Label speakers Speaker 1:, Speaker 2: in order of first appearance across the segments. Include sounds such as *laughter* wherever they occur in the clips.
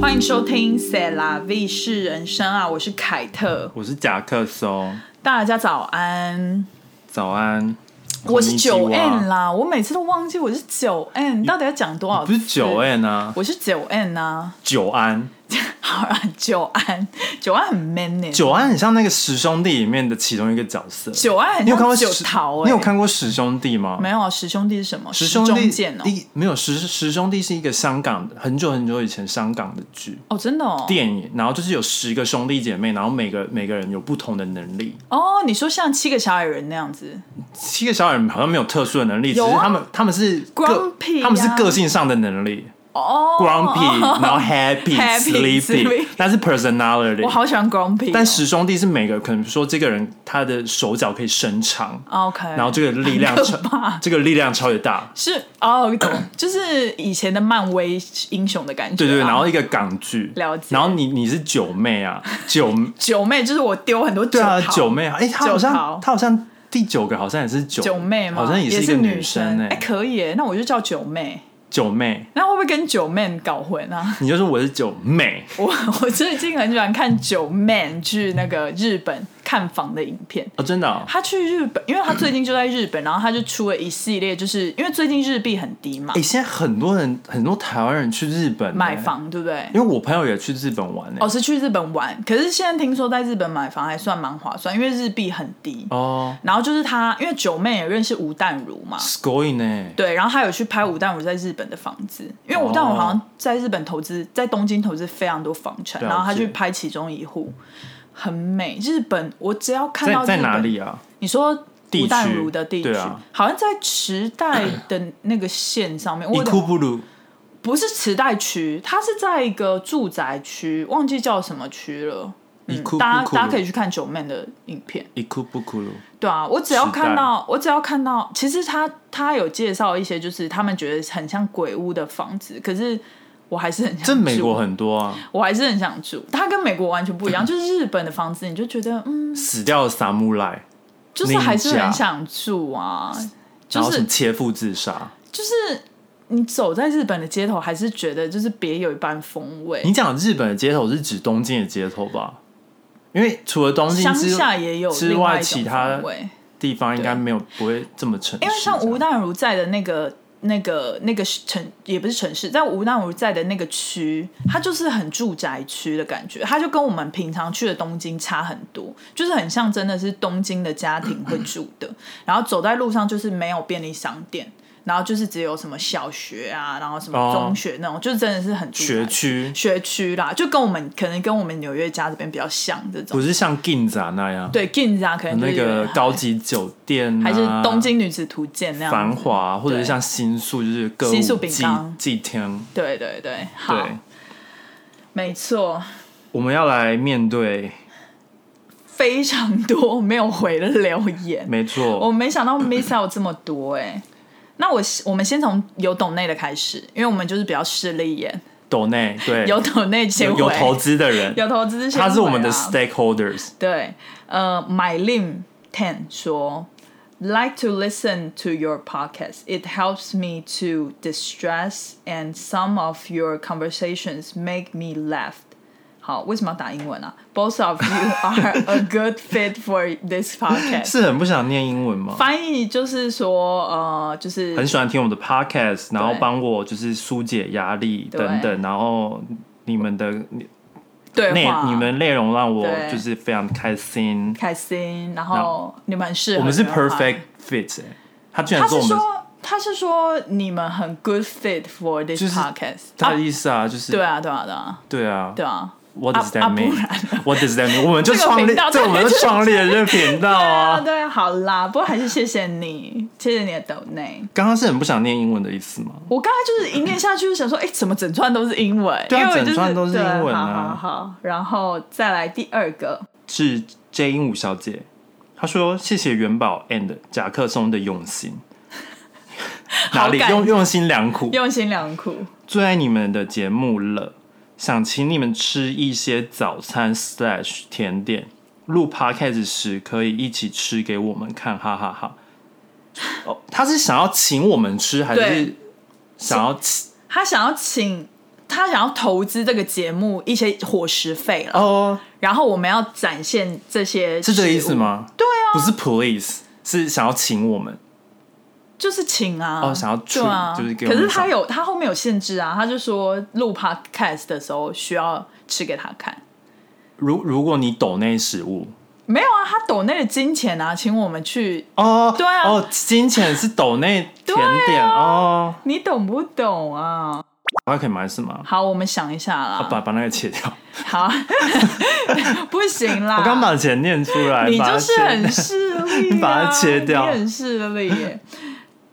Speaker 1: 欢迎收听《塞拉 V 是人生》啊，我是凯特，
Speaker 2: 我是夹克松，
Speaker 1: 大家早安。
Speaker 2: 早安。
Speaker 1: 我是九
Speaker 2: こんにちは
Speaker 1: N 啦，我每次都忘记我是九 N，到底要讲多少次？
Speaker 2: 不是九 N 啊，
Speaker 1: 我是九 N 呐、
Speaker 2: 九安，
Speaker 1: *laughs* 好啦，九安，九安很 man 呢、
Speaker 2: 九安很像那个十兄弟里面的其中一个角色。
Speaker 1: 九安很
Speaker 2: 你有看
Speaker 1: 像
Speaker 2: 过
Speaker 1: 九
Speaker 2: 十
Speaker 1: 桃哎、
Speaker 2: 你有看过十兄弟吗？
Speaker 1: 没有啊？十兄弟是什么？
Speaker 2: 十兄弟
Speaker 1: 中剑哦、
Speaker 2: 一没有十十兄弟是一个香港的，很久很久以前香港的剧
Speaker 1: 哦，真的哦。
Speaker 2: 电影，然后就是有十个兄弟姐妹，然后每个每个人有不同的能力。
Speaker 1: 哦，你说像七个小矮人那样子，
Speaker 2: 七个小矮人好像没有特殊的能力，只
Speaker 1: 有啊
Speaker 2: 是他们他们是个
Speaker 1: Grumpy 啊
Speaker 2: 他们是个性上的能力
Speaker 1: 哦
Speaker 2: ，grumpy，然后
Speaker 1: *laughs*
Speaker 2: happy
Speaker 1: Happy, sleepy
Speaker 2: sleepy，那是 personality
Speaker 1: 我。好喜欢 grumpy，哦、
Speaker 2: 但十兄弟是每个可能说这个人他的手脚可以伸长，
Speaker 1: OK，
Speaker 2: 然后这个
Speaker 1: *laughs*
Speaker 2: 力量超
Speaker 1: 很可怕
Speaker 2: 这个力量超越大，
Speaker 1: 是哦，懂，就是以前的漫威英雄的感觉啊。
Speaker 2: 对对，对然后一个港剧，
Speaker 1: 了解
Speaker 2: 然后你你是九妹啊，
Speaker 1: *laughs*
Speaker 2: 九
Speaker 1: 九妹就是我丢很多
Speaker 2: 对啊
Speaker 1: 桃
Speaker 2: 九妹啊，哎，她好
Speaker 1: 九桃
Speaker 2: 像她好像第九个好像也是九
Speaker 1: 九妹嘛，
Speaker 2: 好像
Speaker 1: 也
Speaker 2: 是一个
Speaker 1: 女
Speaker 2: 生
Speaker 1: 哎、
Speaker 2: 哎，
Speaker 1: 可以耶，那我就叫九妹。
Speaker 2: 九妹，
Speaker 1: 那会不会跟九妹搞混啊？
Speaker 2: 你就说我是九妹，
Speaker 1: 我我最近很喜欢看九妹去那个日本看房的影片。
Speaker 2: 哦，真的哦，
Speaker 1: 他去日本，因为他最近就在日本，然后他就出了一系列，就是因为最近日币很低嘛
Speaker 2: 哎，，现在很多人很多台湾人去日本
Speaker 1: 买
Speaker 2: 哎，
Speaker 1: 房对不对？
Speaker 2: 因为我朋友也去日本玩哎
Speaker 1: 哦，，是去日本玩，可是现在听说在日本买房还算蛮划算，因为日币很低。
Speaker 2: 哦，
Speaker 1: 然后就是他，因为九妹也认识吴淡如嘛，
Speaker 2: s c o i n 哎，
Speaker 1: 对，然后他有去拍吴淡如在日本的房子，因为吴淡
Speaker 2: 哦
Speaker 1: 如好像在日本投资，在东京投资非常多房产，
Speaker 2: 了解
Speaker 1: 然后他去拍其中一户，很美。日本，我只要看到
Speaker 2: 在
Speaker 1: 日
Speaker 2: 在
Speaker 1: 本
Speaker 2: 哪？里啊？
Speaker 1: 你说
Speaker 2: 地
Speaker 1: 吴淡
Speaker 2: 区
Speaker 1: 如的地区，
Speaker 2: 对啊
Speaker 1: 好像在池袋的那个线上
Speaker 2: *coughs*
Speaker 1: 面，我
Speaker 2: 伊
Speaker 1: 有
Speaker 2: 库
Speaker 1: 点
Speaker 2: 布鲁。
Speaker 1: 不是池袋区，它是在一个住宅区，忘记叫什么区了。嗯
Speaker 2: 伊库，布
Speaker 1: 大家
Speaker 2: 库
Speaker 1: 大家可
Speaker 2: 鲁
Speaker 1: 以去看九妹的影片。
Speaker 2: 一哭不哭噜，
Speaker 1: 对啊，我只要
Speaker 2: 时代
Speaker 1: 看到，我只要看到，其实他他有介绍一些，就是他们觉得很像鬼屋的房子，可是我还是很想
Speaker 2: 这美国
Speaker 1: 住，
Speaker 2: 很多啊，
Speaker 1: 我还是很想住。它跟美国完全不一
Speaker 2: *laughs*
Speaker 1: 样，就是日本的房子，你就觉得嗯，
Speaker 2: 死掉的萨姆莱，
Speaker 1: 就是还是
Speaker 2: Ninja
Speaker 1: 很想住啊，就
Speaker 2: 然后什
Speaker 1: 是
Speaker 2: 么切腹自杀。
Speaker 1: 就是你走在日本的街头，还是觉得就是别有一番风味
Speaker 2: 你。讲日本的街头是指东京的街头吧？因为除了东京
Speaker 1: 乡
Speaker 2: 之
Speaker 1: 下也有
Speaker 2: 之
Speaker 1: 另
Speaker 2: 外
Speaker 1: 一种
Speaker 2: 其他
Speaker 1: 风味
Speaker 2: 地方，应该没有不会这么城市这啊
Speaker 1: 因
Speaker 2: 样。
Speaker 1: 为像吴淡如在的那个、那个、那个城，也不是城市，在吴淡如在的那个区，它就是很住宅区的感觉，它就跟我们平常去的东京差很多，就是很像真的是东京的家庭会住的。
Speaker 2: 嗯
Speaker 1: 然后走在路上就是没有便利商店，然后就是只有什么小学啊，然后什么
Speaker 2: 哦
Speaker 1: 中学那种，就是真的是很住宅
Speaker 2: 学区
Speaker 1: 学区啦，就跟我们可能跟我们纽约家这边比较像这种
Speaker 2: 不。是像 Ginza 那样，
Speaker 1: 对 g i n z a 可能就是
Speaker 2: 那
Speaker 1: 有点
Speaker 2: 个
Speaker 1: 还
Speaker 2: 高级酒店、啊，
Speaker 1: 还是东京女子图鉴那样子
Speaker 2: 繁华，或者
Speaker 1: 对
Speaker 2: 是像新宿，就是歌舞
Speaker 1: 新宿饼
Speaker 2: 伎
Speaker 1: 干
Speaker 2: 伎厅。
Speaker 1: 对对对，好
Speaker 2: 对，，
Speaker 1: 没错，
Speaker 2: 我们要来面对，
Speaker 1: 非常多没有回的留言，
Speaker 2: 没
Speaker 1: 我
Speaker 2: 错，
Speaker 1: 没想到 miss out 这么多哎、那我我们先从有懂内的开始，因为我们就是比较势利眼，
Speaker 2: 斗内对
Speaker 1: 有懂内先
Speaker 2: 有
Speaker 1: 回，
Speaker 2: 有投资的人，
Speaker 1: 有投资先回啊、
Speaker 2: 他是我们的 stakeholders。
Speaker 1: 对，呃，My Lim Ten 说，Like to listen to your podcast. It helps me to distress, and some of your conversations make me laugh. 好，为什么要打英文啊？Both of you *laughs* are a good fit for this podcast.
Speaker 2: 是很不想念英文吗？
Speaker 1: 翻译就是说，呃，就是
Speaker 2: 很喜欢听我们的 podcast，然后
Speaker 1: 对
Speaker 2: 帮我就是疏解压力
Speaker 1: 对
Speaker 2: 等等，然后你们的
Speaker 1: 对
Speaker 2: 内
Speaker 1: 话，
Speaker 2: 你们内容让我
Speaker 1: 对
Speaker 2: 就是非常开心。
Speaker 1: 开心，然后你们很适合
Speaker 2: 我们是
Speaker 1: 这个话
Speaker 2: perfect fit，、欸、他居
Speaker 1: 他
Speaker 2: 然
Speaker 1: 是
Speaker 2: 说我们
Speaker 1: 说，啊他是说你们很 good fit for this
Speaker 2: 就是
Speaker 1: podcast
Speaker 2: 他
Speaker 1: 啊
Speaker 2: 的意思啊，就是
Speaker 1: 对啊，对啊，对啊，
Speaker 2: 对啊
Speaker 1: 对啊。
Speaker 2: ，What does
Speaker 1: 啊
Speaker 2: that
Speaker 1: 不
Speaker 2: mean？
Speaker 1: 然
Speaker 2: What does that mean？我们就
Speaker 1: 这个
Speaker 2: 创立
Speaker 1: 频道，
Speaker 2: 这
Speaker 1: 对
Speaker 2: 我们就
Speaker 1: 就是
Speaker 2: 创立了这个频道
Speaker 1: 啊，
Speaker 2: 啊。
Speaker 1: *laughs* 对啊，好啦，不过还是谢谢你，谢谢你的抖内。
Speaker 2: 刚刚是很不想念英文的意思吗？
Speaker 1: 我刚才就是一念下去就想说，哎，怎么整串都是英文？
Speaker 2: 对啊
Speaker 1: 因为我就是
Speaker 2: 整串都是
Speaker 1: 对
Speaker 2: 英文啊
Speaker 1: 好好好，然后再来第二个，
Speaker 2: 是 J 鹦鹉小姐，她说谢谢元宝 and 甲克松的
Speaker 1: *laughs*
Speaker 2: 用心，哪里
Speaker 1: 好感
Speaker 2: 用用心良苦，
Speaker 1: 用心良苦。
Speaker 2: 最爱你们的节目了，想请你们吃一些早餐 slash 甜点，录 podcast 时可以一起吃给我们看，哈哈哈哦，他是想要请我们吃，还
Speaker 1: 对
Speaker 2: 是想要请？
Speaker 1: 他想要请，他想要投资这个节目一些伙食费了，
Speaker 2: 哦，
Speaker 1: 然后我们要展现这些，
Speaker 2: 是这个意思？吗？
Speaker 1: 对啊，
Speaker 2: 不是 police，是想要请我们
Speaker 1: 就是请啊，
Speaker 2: 哦想要
Speaker 1: 对啊，
Speaker 2: 出就是给我
Speaker 1: 可是
Speaker 2: 们
Speaker 1: 他
Speaker 2: 赏
Speaker 1: 有他后面有限制啊，他就说录 podcast 的时候需要吃给他看。
Speaker 2: 如如果你抖那食物
Speaker 1: 没有啊，他抖那个金钱啊，请我们去，
Speaker 2: 哦，
Speaker 1: 对啊
Speaker 2: 哦，金钱是抖那甜点、哦，
Speaker 1: 你懂不懂啊？
Speaker 2: 还可以买什么？啊
Speaker 1: 好，我们想一下啦。
Speaker 2: 把把那个切掉，
Speaker 1: 好， *laughs* 不行啦！
Speaker 2: 我刚把钱念出来，
Speaker 1: 你
Speaker 2: 把它
Speaker 1: 就是
Speaker 2: 切
Speaker 1: 很势利、啊，
Speaker 2: *laughs* 把它切掉
Speaker 1: 你很势利耶。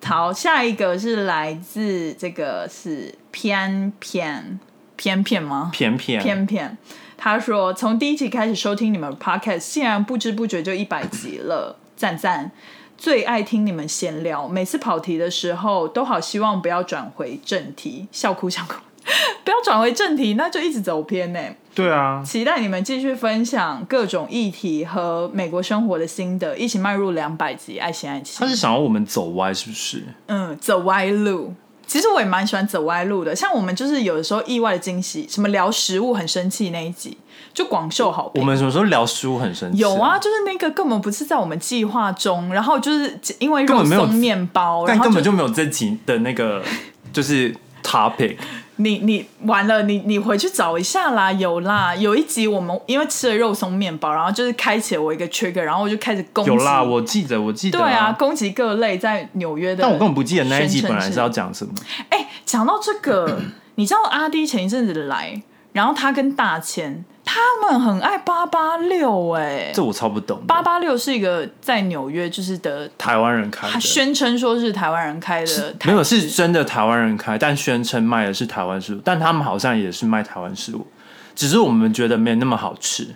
Speaker 1: 好，下一个是来自这个是偏偏偏偏吗？
Speaker 2: 偏偏
Speaker 1: 偏偏，他说从第一集开始收听你们 podcast，竟然不知不觉就一百集了，赞赞！最爱听你们闲聊，每次跑题的时候都好希望不要转回正题，笑哭笑哭， *laughs* 不要转回正题，那就一直走偏呢、
Speaker 2: 对啊，
Speaker 1: 期待你们继续分享各种议题和美国生活的心得，一起迈入两百集，爱心爱
Speaker 2: 他
Speaker 1: 情。
Speaker 2: 是想要我们走歪，是不是？
Speaker 1: 嗯，走歪路。其实我也蛮喜欢走歪路的，像我们就是有的时候意外的惊喜，什么聊食物很生气那一集，就广受好
Speaker 2: 我
Speaker 1: 评。
Speaker 2: 们什么时候聊书很神奇？
Speaker 1: 有啊，，就是那个根本不是在我们计划中，然后就是因为
Speaker 2: 根
Speaker 1: 肉
Speaker 2: 本没有
Speaker 1: 松面包，然
Speaker 2: 但
Speaker 1: 后
Speaker 2: 根本就没有这集的那个就是 topic，
Speaker 1: 你你完了，你你回去找一下啦，有啦，有一集我们因为吃了肉松面包，然后就是开启了我一个 trigger，然后我就开始攻击
Speaker 2: 有啦，我记得，我记得、
Speaker 1: 对啊，攻击各类在纽约的。
Speaker 2: 但我根本不记得那一集
Speaker 1: 宣称
Speaker 2: 本来
Speaker 1: 是
Speaker 2: 是要讲什么。
Speaker 1: 哎，讲到这
Speaker 2: *clears throat*
Speaker 1: 个，你知道阿迪前一阵子来，然后他跟大千他们很爱八八六，哎，
Speaker 2: 这我超不懂的。
Speaker 1: 八八六是一个在纽约就是的，
Speaker 2: 台湾人开
Speaker 1: 他
Speaker 2: 的，
Speaker 1: 宣称说是台湾人开的，
Speaker 2: 没有是真的台湾人开，但宣称卖的是台湾食物，但他们好像也是卖台湾食物，只是我们觉得没有那么好吃。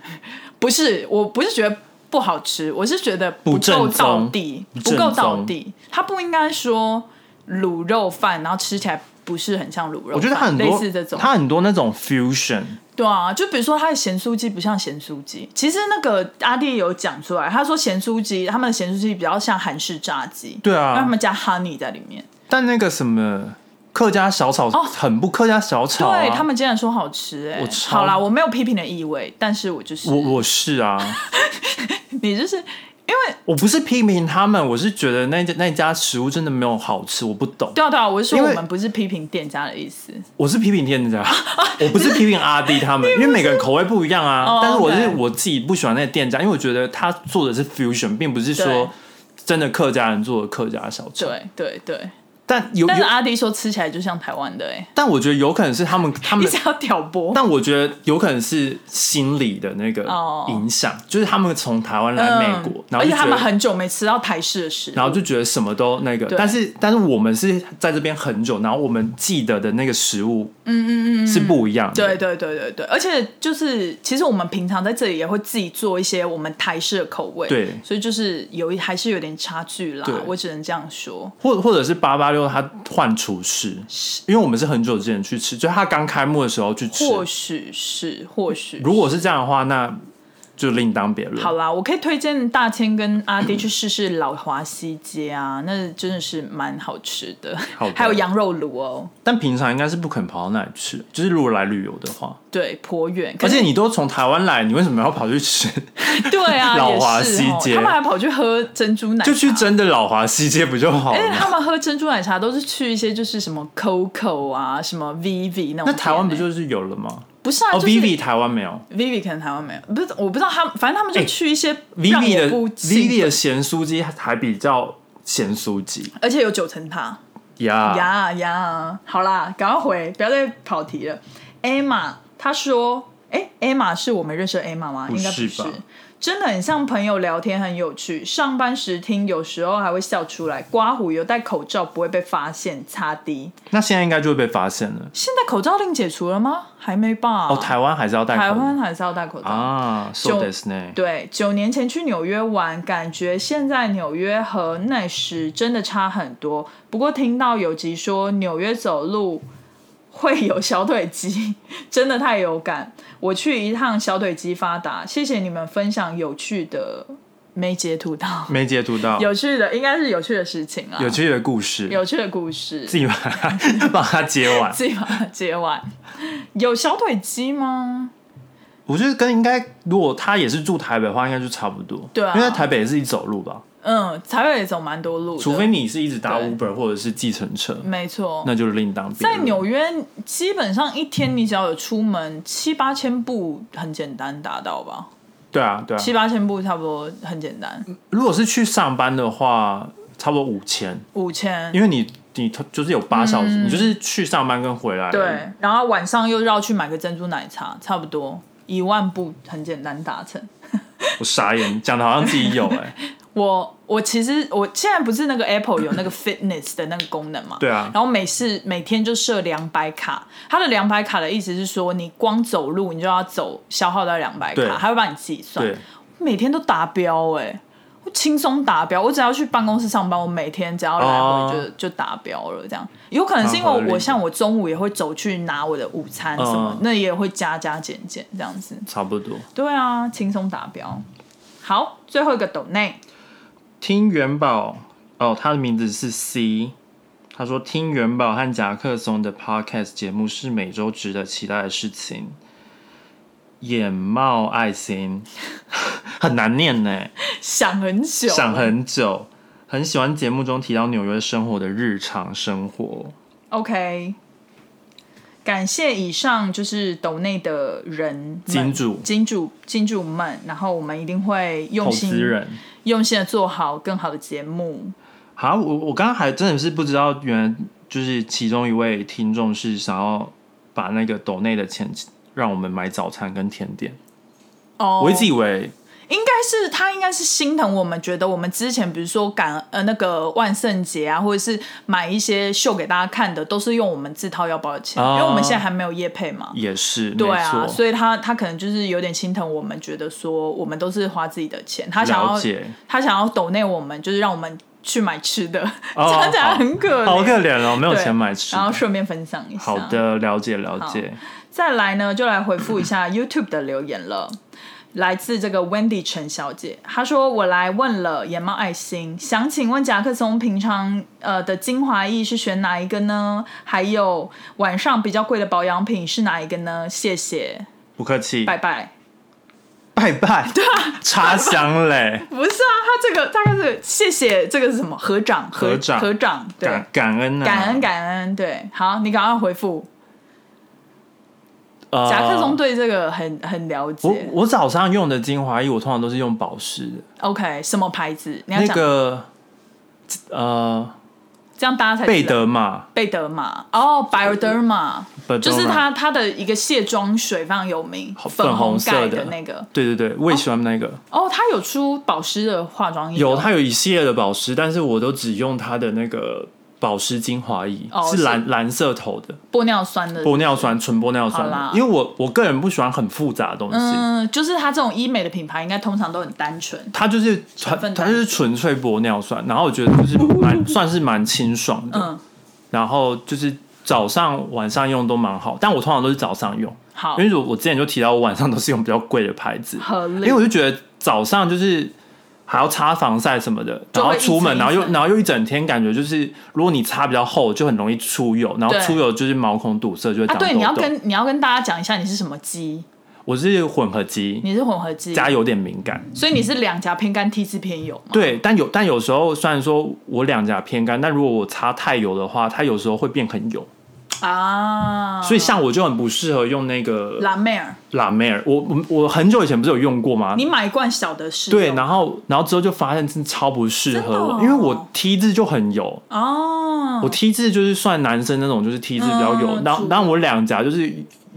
Speaker 1: 不是，我不是觉得不好吃，我是觉得不
Speaker 2: 不正
Speaker 1: 够到
Speaker 2: 宗
Speaker 1: 地，
Speaker 2: 不
Speaker 1: 不够
Speaker 2: 正
Speaker 1: 到
Speaker 2: 宗
Speaker 1: 地，他不应该说卤肉饭，然后吃起来。不是很像卤肉饭，
Speaker 2: 我觉得它很
Speaker 1: 类
Speaker 2: 多
Speaker 1: 似这，种，
Speaker 2: 它很多那种 fusion，
Speaker 1: 对啊，就比如说他的咸酥鸡不像咸酥鸡，其实那个阿弟有讲出来，他说咸酥鸡他们的咸酥鸡比较像韩式炸鸡，
Speaker 2: 对
Speaker 1: 让他
Speaker 2: 啊，
Speaker 1: 们加 honey 在里面。
Speaker 2: 但那个什么客家小炒、
Speaker 1: 哦
Speaker 2: 很不客家小炒、啊，
Speaker 1: 对他们竟然说好吃、哎，
Speaker 2: 我超
Speaker 1: 好啦，我没有批评的意味，但是我就是
Speaker 2: 我我是啊，
Speaker 1: *laughs* 你就是
Speaker 2: 我不是批评他们，我是觉得那家那家食物真的没有好吃，我不懂，
Speaker 1: 对啊对啊，我是说
Speaker 2: 因
Speaker 1: 我
Speaker 2: 为
Speaker 1: 们不是批评店家的意思，
Speaker 2: 我是批评
Speaker 1: *laughs*
Speaker 2: 店家，
Speaker 1: 啊
Speaker 2: *laughs* 我不是批评阿弟他们，因为每个人口味不一样
Speaker 1: 哦
Speaker 2: 啊。但是我是
Speaker 1: OK
Speaker 2: 我自己不喜欢那个店家，因为我觉得他做的是 fusion，并不是
Speaker 1: 对
Speaker 2: 说真的客家人做的客家小炒。
Speaker 1: 对对对。
Speaker 2: 但有
Speaker 1: 但是
Speaker 2: 有，
Speaker 1: 阿弟说吃起来就像台湾的、哎，
Speaker 2: 但我觉得有可能是他们他
Speaker 1: 一
Speaker 2: 们
Speaker 1: 直要挑
Speaker 2: *laughs*
Speaker 1: 拨。
Speaker 2: 但我觉得有可能是心理的那个
Speaker 1: 哦
Speaker 2: 影响，就是他们从台湾来美国，然
Speaker 1: 嗯而
Speaker 2: 后
Speaker 1: 且
Speaker 2: 就觉
Speaker 1: 他们
Speaker 2: 得，
Speaker 1: 很久没吃到台式的食物，
Speaker 2: 然后就觉得什么都那个
Speaker 1: 对，
Speaker 2: 但是但是我们是在这边很久，然后我们记得的那个食物，嗯嗯嗯，是不一样的。
Speaker 1: 对对对对对，而且就是其实我们平常在这里也会自己做一些我们台式的口味，
Speaker 2: 对
Speaker 1: 所以就是有一还是有点差距啦
Speaker 2: 对，
Speaker 1: 我只能这样说。
Speaker 2: 或或者是八八六他换厨师，因为我们是很久之前去吃，就他刚开幕的时候去吃。
Speaker 1: 或许是，或许
Speaker 2: 如果是这样的话，那就另当别论。
Speaker 1: 好啦，我可以推荐大千跟阿迪去试试老华西街啊，那真的是蛮好吃的，
Speaker 2: 好的
Speaker 1: 还有羊肉炉哦，
Speaker 2: 但平常应该是不肯跑到那里吃，就是如果来旅游的话，
Speaker 1: 对，颇远。可
Speaker 2: 而
Speaker 1: 是
Speaker 2: 且你都从台湾来，你为什么要跑
Speaker 1: *laughs*
Speaker 2: 去吃？
Speaker 1: 对啊，
Speaker 2: *laughs* 老
Speaker 1: 也
Speaker 2: 华
Speaker 1: 是
Speaker 2: 西
Speaker 1: 哦
Speaker 2: 街
Speaker 1: 他们还跑去喝珍珠奶茶，
Speaker 2: 就去真的老华西街不就好了
Speaker 1: 因为
Speaker 2: 吗？
Speaker 1: 他们喝珍珠奶茶都是去一些就是什么 COCO 啊，什么 VV 那种店欸。
Speaker 2: 那台湾不就是有了吗？
Speaker 1: 不是啊？
Speaker 2: 哦
Speaker 1: 就是
Speaker 2: ，Vivi 台湾没有
Speaker 1: VV 可能台湾没有，不是我不知道他们，反正他们就
Speaker 2: 欸
Speaker 1: 去一些让
Speaker 2: ，Vivi
Speaker 1: 我
Speaker 2: 的
Speaker 1: 不信
Speaker 2: Vivi 的咸酥鸡还比较咸酥鸡
Speaker 1: 而且有九层塔
Speaker 2: 呀。
Speaker 1: 呀呀！好啦，赶快回，不要再跑题了。Emma 她说，哎、e m m a 是我们认识的 Emma 吗？
Speaker 2: 不
Speaker 1: 应该
Speaker 2: 是
Speaker 1: 不
Speaker 2: 吧
Speaker 1: 是。真的很像朋友聊天，很有趣。上班时听，有时候还会笑出来。刮胡有戴口罩，不会被发现。擦滴，
Speaker 2: 那现在应该就会被发现了。
Speaker 1: 现在口罩令解除了吗？还没吧？
Speaker 2: 哦，台湾还是要戴
Speaker 1: 台
Speaker 2: 口
Speaker 1: 湾
Speaker 2: 罩
Speaker 1: 还是要戴口罩。
Speaker 2: 啊，so
Speaker 1: 就
Speaker 2: this 呢？
Speaker 1: 对，九年前去纽约玩，感觉现在纽约和那时真的差很多。不过听到有集说纽约走路会有小腿肌， *laughs* 真的太有感。我去一趟，小腿肌发达。谢谢你们分享有趣的，没截图到
Speaker 2: 没截图
Speaker 1: *laughs*
Speaker 2: 到
Speaker 1: 有趣的，应该是有趣的事情啊，
Speaker 2: 嗯有趣的故事，
Speaker 1: 有趣的故事， *laughs*
Speaker 2: 自己把它把它接完。
Speaker 1: 自己把它接完。有小腿肌吗？
Speaker 2: 我觉得跟应该，如果他也是住台北的话，应该就差不多。
Speaker 1: 对啊
Speaker 2: 因为在台北也是一走路吧，
Speaker 1: 嗯，台北也走蛮多路的，
Speaker 2: 除非你是一直搭
Speaker 1: 对
Speaker 2: Uber 或者是计程车，
Speaker 1: 没错。
Speaker 2: 那就是另当别
Speaker 1: 在
Speaker 2: 论。
Speaker 1: 纽约，基本上一天你只要有出门七八千步，很简单达到吧？
Speaker 2: 对啊，对啊。嗯
Speaker 1: 七八千步差不多很简单，
Speaker 2: 如果是去上班的话，差不多五千，
Speaker 1: 五千。
Speaker 2: 因为你你就是有八小时，你就是去上班跟回来。
Speaker 1: 嗯对，，然后晚上又绕去买个珍珠奶茶，差不多一万步很简单达成。
Speaker 2: 我傻眼，讲的好像自己有
Speaker 1: *laughs*
Speaker 2: 哎、
Speaker 1: 我我其实我现在不是那个 Apple 有那个 *coughs* Fitness 的那个功能嘛？
Speaker 2: 对啊
Speaker 1: 然后每次每天就设两百卡，它的两百卡的意思是说，你光走路你就要走消耗到两百
Speaker 2: 对
Speaker 1: 卡，它会帮你计算。
Speaker 2: 对，
Speaker 1: 每天都达标哎、我轻松达标。我只要去办公室上班，我每天只要来
Speaker 2: 哦
Speaker 1: 回就、就达标了。这样有可能是因
Speaker 2: 蛮合理
Speaker 1: 为
Speaker 2: 的
Speaker 1: 我像我中午也会走去拿我的午餐什么，
Speaker 2: 嗯
Speaker 1: 那也会加加减减这样子。
Speaker 2: 差不多。
Speaker 1: 对啊，轻松达标。好，最后一个抖内，
Speaker 2: 听元宝哦，他的名字是 C。他说：“听元宝和夹克松的 podcast 节目是每周值得期待的事情。”眼冒爱心， *laughs* 很难念呢。
Speaker 1: 想很久，
Speaker 2: 想很久，很喜欢节目中提到纽约生活的日常生活。
Speaker 1: OK，感谢以上就是抖内的人们
Speaker 2: 金主
Speaker 1: 金主、金主们，然后我们一定会用
Speaker 2: 投
Speaker 1: 心、
Speaker 2: 资人，
Speaker 1: 用心的做好更好的节目。
Speaker 2: 好，我我刚刚还真的是不知道，原来就是其中一位听众是想要把那个斗内的钱让我们买早餐跟甜点，
Speaker 1: 哦
Speaker 2: 我一直以为
Speaker 1: 应该是他应该是心疼我们，觉得我们之前比如说赶呃那个万圣节啊，或者是买一些秀给大家看的，都是用我们自掏腰包的钱，
Speaker 2: 哦
Speaker 1: 因为我们现在还没有业配嘛。
Speaker 2: 也是，
Speaker 1: 对
Speaker 2: 没
Speaker 1: 啊，
Speaker 2: 错，
Speaker 1: 所以他他可能就是有点心疼我们，觉得说我们都是花自己的钱，他想
Speaker 2: 了
Speaker 1: 要
Speaker 2: 解，
Speaker 1: 他想要抖内我们，就是让我们去买吃的， *laughs*
Speaker 2: 哦
Speaker 1: 这样讲很可
Speaker 2: 好
Speaker 1: 怜。
Speaker 2: 可怜哦，没有
Speaker 1: 对
Speaker 2: 钱买吃
Speaker 1: 然后
Speaker 2: 的。
Speaker 1: 顺便分享一下。
Speaker 2: 好的，了解了解。
Speaker 1: 再来呢，就来回复一
Speaker 2: *laughs*
Speaker 1: 下 YouTube 的留言了。来自这个 Wendy 陈小姐，她说：“我来问了眼冒爱心，想请问夹克松平常呃的精华液是选哪一个呢？还有晚上比较贵的保养品是哪一个呢？谢谢，
Speaker 2: 不客气，
Speaker 1: 拜拜。
Speaker 2: 拜拜，对啊，茶香嘞，”
Speaker 1: 不是啊，他这个大概是谢谢这个是什么？合掌，合
Speaker 2: 合掌
Speaker 1: 合掌，对，
Speaker 2: 感感恩啊，
Speaker 1: 感恩感恩，对，好，你赶快回复。
Speaker 2: 呃
Speaker 1: 夹克松对这个很很了
Speaker 2: 我
Speaker 1: 解。
Speaker 2: 我早上用的精华液，我通常都是用保湿的，
Speaker 1: OK，什么牌子？你要
Speaker 2: 那
Speaker 1: 讲，
Speaker 2: 个呃
Speaker 1: 这样大家才知道
Speaker 2: 贝德玛，
Speaker 1: 贝德玛哦，Bioderma，
Speaker 2: Bioderma
Speaker 1: 就是它它的一个卸妆水非常有名，
Speaker 2: 粉红
Speaker 1: 红
Speaker 2: 色
Speaker 1: 盖
Speaker 2: 的
Speaker 1: 那个。
Speaker 2: 对对对，我也喜欢那个。
Speaker 1: 哦，它有出保湿的化妆液哦，
Speaker 2: 有它有一系列的保湿，但是我都只用它的那个保湿精华液，
Speaker 1: 哦
Speaker 2: 是
Speaker 1: 是
Speaker 2: 蓝蓝色头的
Speaker 1: 玻尿酸的。
Speaker 2: 玻尿酸，纯玻尿酸
Speaker 1: 好啦
Speaker 2: 的。因为我我个人不喜欢很复杂的东西，
Speaker 1: 嗯，就是它这种医美的品牌，应该通常都很单纯。
Speaker 2: 它就是它
Speaker 1: 分
Speaker 2: 它
Speaker 1: 单
Speaker 2: 就是纯粹玻尿酸，然后我觉得就是
Speaker 1: *laughs*
Speaker 2: 蛮算是蛮清爽的，
Speaker 1: 嗯，
Speaker 2: 然后就是早上晚上用都蛮好，但我通常都是早上用。
Speaker 1: 好
Speaker 2: 因，为我我之前就提到，我晚上都是用比较贵的牌子，
Speaker 1: 合
Speaker 2: 因
Speaker 1: 理
Speaker 2: 为我就觉得早上就是还要擦防晒什么的，
Speaker 1: 就
Speaker 2: 然
Speaker 1: 会
Speaker 2: 后出门，
Speaker 1: 一层一层
Speaker 2: 然后又然后又一整天，感觉就是如果你擦比较厚，就很容易出油，然后
Speaker 1: 对
Speaker 2: 出油就是毛孔堵塞，就会
Speaker 1: 啊，
Speaker 2: 长痘
Speaker 1: 对，你要
Speaker 2: 痘。
Speaker 1: 跟你要跟大家讲一下你是什么肌，
Speaker 2: 我是混合肌，
Speaker 1: 你是混合肌，
Speaker 2: 加有点敏感，
Speaker 1: 所以你是两颊偏干 T 字偏油嘛？
Speaker 2: 对，但有但有时候虽然说我两颊偏干，但如果我擦太油的话，它有时候会变很油，
Speaker 1: 啊，
Speaker 2: 所以像我就很不适合用那个
Speaker 1: 蓝妹儿，
Speaker 2: 拉美尔，我我我很久以前不是有用过吗？
Speaker 1: 你买一罐小的是
Speaker 2: 对，然后然后之后就发现真的超不适合我，
Speaker 1: 真的哦
Speaker 2: 因为我 T 字就很油，
Speaker 1: 哦，
Speaker 2: 我 T 字就是算男生那种，就是 T 字比较油，
Speaker 1: 嗯
Speaker 2: 然后
Speaker 1: 是
Speaker 2: 然后我两颊就是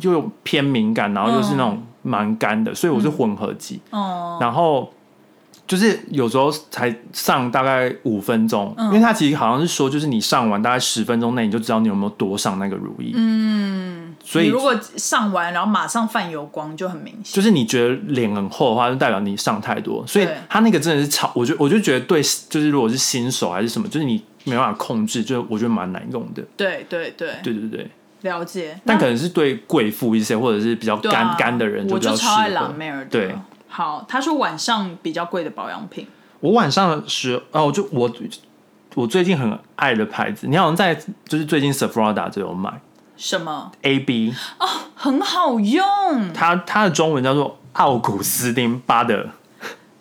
Speaker 2: 又有偏敏感，然后又是那
Speaker 1: 嗯
Speaker 2: 种蛮干的，所以我是混合肌，
Speaker 1: 哦，
Speaker 2: 然后。就是有时候才上大概五分钟，
Speaker 1: 嗯
Speaker 2: 因为它其实好像是说，就是你上完大概十分钟内，你就知道你有没有多上那个乳液。嗯，所
Speaker 1: 你
Speaker 2: 以
Speaker 1: 如果上完然后马上泛油光就很明显，
Speaker 2: 就是你觉得脸很厚的话，就代表你上太多，所以
Speaker 1: 对
Speaker 2: 他那个真的是超，我就我就觉得对，就是如果是新手还是什么，就是你没办法控制，就是我觉得蛮难用的。
Speaker 1: 对对对，
Speaker 2: 对对对，
Speaker 1: 了解。
Speaker 2: 但可
Speaker 1: 那
Speaker 2: 能是对贵妇一些，或者是比较
Speaker 1: 对
Speaker 2: 干
Speaker 1: 啊
Speaker 2: 干、的人
Speaker 1: 我
Speaker 2: 比较
Speaker 1: 就
Speaker 2: 适
Speaker 1: 超爱朗
Speaker 2: 合。
Speaker 1: 妹儿的。
Speaker 2: 对，
Speaker 1: 好，他说晚上比较贵的保养品，
Speaker 2: 我晚上的时哦，我就我我最近很爱的牌子，你好像在就是最近 Sephora 就有买
Speaker 1: 什么
Speaker 2: A B
Speaker 1: 很好用。
Speaker 2: 它它的中文叫做奥古斯丁巴德，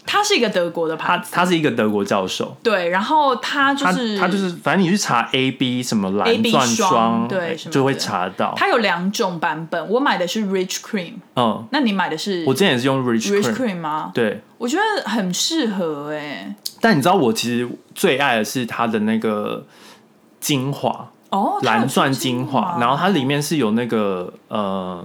Speaker 1: 它是一个德国的
Speaker 2: 他
Speaker 1: 牌子，
Speaker 2: 他是一个德国教授，
Speaker 1: 对，然后它就
Speaker 2: 他
Speaker 1: 是
Speaker 2: 他就是反正你去查 A B 什么蓝
Speaker 1: AB
Speaker 2: 钻
Speaker 1: 霜对
Speaker 2: 哎
Speaker 1: 什么
Speaker 2: 就会
Speaker 1: 的
Speaker 2: 查到。
Speaker 1: 它有两种版本，我买的是 Rich Cream，
Speaker 2: 嗯，
Speaker 1: 那你买的是
Speaker 2: 我之前也是用 Rich
Speaker 1: Rich
Speaker 2: Cream，
Speaker 1: Cream 吗？
Speaker 2: 对。
Speaker 1: 我觉得很适合哎、
Speaker 2: 但你知道我其实最爱的是它的那个精华，
Speaker 1: 哦，它有
Speaker 2: 蓝钻
Speaker 1: 出
Speaker 2: 精
Speaker 1: 吗
Speaker 2: 华，然后它里面是有那个呃，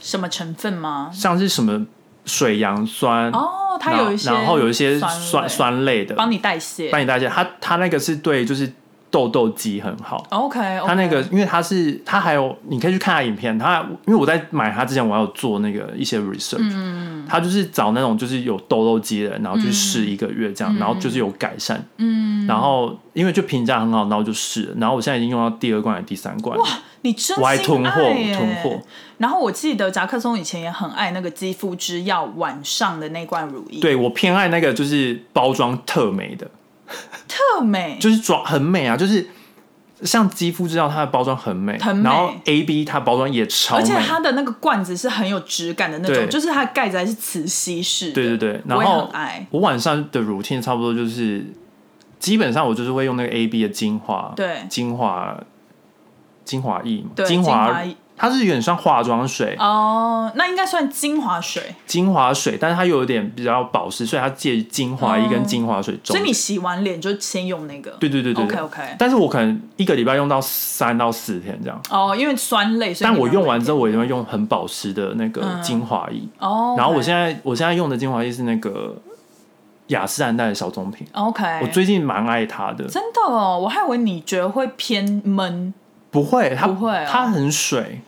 Speaker 1: 什么成分吗？
Speaker 2: 像是什么水杨酸，
Speaker 1: 哦，它
Speaker 2: 然
Speaker 1: 有一些，
Speaker 2: 嗯然后有一些
Speaker 1: 酸
Speaker 2: 酸
Speaker 1: 味
Speaker 2: 酸类的，
Speaker 1: 帮你代谢。
Speaker 2: 帮你代谢。它它那个是对就是痘痘肌很好。
Speaker 1: OK，
Speaker 2: 它那个，因为它是它还有，你可以去看它影片。它因为我在买它之前，我还有做那个一些 research，、它
Speaker 1: 嗯
Speaker 2: 就是找那种就是有痘痘肌的人，然后去试一个月这样，然后就是有改善。
Speaker 1: 嗯，
Speaker 2: 然后因为就评价很好，然后就试了。然后我现在已经用到第二罐、第三罐了，
Speaker 1: 你真
Speaker 2: 我还
Speaker 1: 心
Speaker 2: 囤货
Speaker 1: 爱耶
Speaker 2: 囤货。
Speaker 1: 然后我记得夹克松以前也很爱那个肌肤之钥晚上的那罐乳液，，
Speaker 2: 对我偏爱那个就是包装特美的，
Speaker 1: 特美，
Speaker 2: 就是装很美啊，就是像肌肤之钥它的包装很美，
Speaker 1: 很美
Speaker 2: 然后 A B 它包装也超
Speaker 1: 而
Speaker 2: 美，
Speaker 1: 且它的那个罐子是很有质感的那种，
Speaker 2: 对
Speaker 1: 就是它的盖子还是磁吸式的。
Speaker 2: 对对对，然
Speaker 1: 我也很
Speaker 2: 后
Speaker 1: 爱。
Speaker 2: 我晚上的 routine 差不多就是，基本上我就是会用那个 A B 的精华，
Speaker 1: 对
Speaker 2: 精华精华液嘛，
Speaker 1: 对
Speaker 2: 精
Speaker 1: 精华
Speaker 2: 华
Speaker 1: 液
Speaker 2: 它是有点像化妆水、
Speaker 1: 哦、那应该算精华水，
Speaker 2: 精华水，但是它又有点比较保湿，所以它介于精华液
Speaker 1: 哦
Speaker 2: 跟精华水
Speaker 1: 所
Speaker 2: 中
Speaker 1: 以
Speaker 2: 间。
Speaker 1: 你洗完脸就先用那个。
Speaker 2: 对对对对
Speaker 1: OK OK。
Speaker 2: 但是我可能一个礼拜用到三到四天这样，
Speaker 1: 哦、因为酸类，所以
Speaker 2: 但我用完之
Speaker 1: 后，
Speaker 2: 后，我一定会用很保湿的那个
Speaker 1: 嗯
Speaker 2: 精华液。
Speaker 1: 哦、
Speaker 2: 然后我现
Speaker 1: 在
Speaker 2: 在我现在用的精华液是那个雅诗兰黛的小棕瓶，
Speaker 1: OK，
Speaker 2: 我最近蛮爱它的。
Speaker 1: 真的哦，我还以为你觉得会偏闷，
Speaker 2: 不会，它
Speaker 1: 不会哦
Speaker 2: 它很水。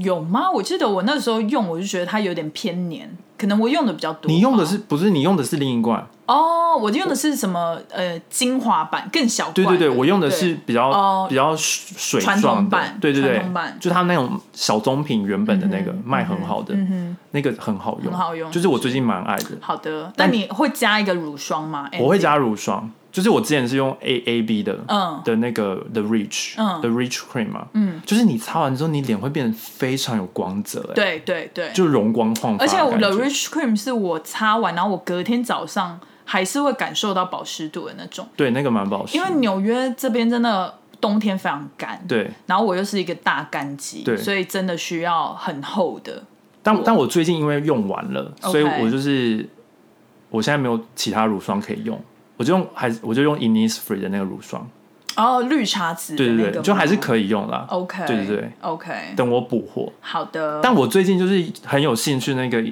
Speaker 1: 有吗？我记得我那时候用，我就觉得它有点偏黏，可能我用的比较多吧。
Speaker 2: 你用的是不是？你用的是另一罐？
Speaker 1: 哦，我用的是什么？呃，精华版更小罐的。
Speaker 2: 对对对，我用的是比较、
Speaker 1: 哦
Speaker 2: 比较水
Speaker 1: 传统
Speaker 2: 水状的
Speaker 1: 版，
Speaker 2: 对对
Speaker 1: 传
Speaker 2: 对
Speaker 1: 统版，
Speaker 2: 就它那种小棕瓶原本的那个、卖很好的，
Speaker 1: 嗯
Speaker 2: 那个很好用，
Speaker 1: 很好用
Speaker 2: 就是我最近蛮爱的
Speaker 1: 哼，。好的。那
Speaker 2: 但
Speaker 1: 你会加一个乳霜吗？
Speaker 2: 我会加乳霜，就是我之前是用 A A B 的，
Speaker 1: 嗯
Speaker 2: 的那个 The Reach，
Speaker 1: 嗯
Speaker 2: ，The Reach Cream 嘛，
Speaker 1: 嗯，
Speaker 2: 就是你擦完之后，你脸会变得非常有光泽、欸，，
Speaker 1: 对对对，
Speaker 2: 就容光焕发
Speaker 1: 而
Speaker 2: 的
Speaker 1: 且
Speaker 2: 感觉。
Speaker 1: 我的 Rich Cream 是我擦完，然后我隔天早上还是会感受到保湿度的那种，
Speaker 2: 对那个蛮保湿，
Speaker 1: 因为纽约这边真的冬天非常干，，
Speaker 2: 对，
Speaker 1: 然后我又是一个大干肌，
Speaker 2: 对
Speaker 1: 所以真的需要很厚的，
Speaker 2: 但但我最近因为用完了，
Speaker 1: OK
Speaker 2: 所以我就是我现在没有其他乳霜可以用，我就用还是我就用 Innisfree 的那个乳霜，
Speaker 1: 然后哦绿茶籽的
Speaker 2: 对
Speaker 1: 那
Speaker 2: 对
Speaker 1: 个
Speaker 2: 对，
Speaker 1: 吗哦
Speaker 2: 就还是可以用啦。
Speaker 1: OK，
Speaker 2: 对对对
Speaker 1: ，OK，
Speaker 2: 等我补货，
Speaker 1: 好的，
Speaker 2: 但我最近就是很有兴趣那个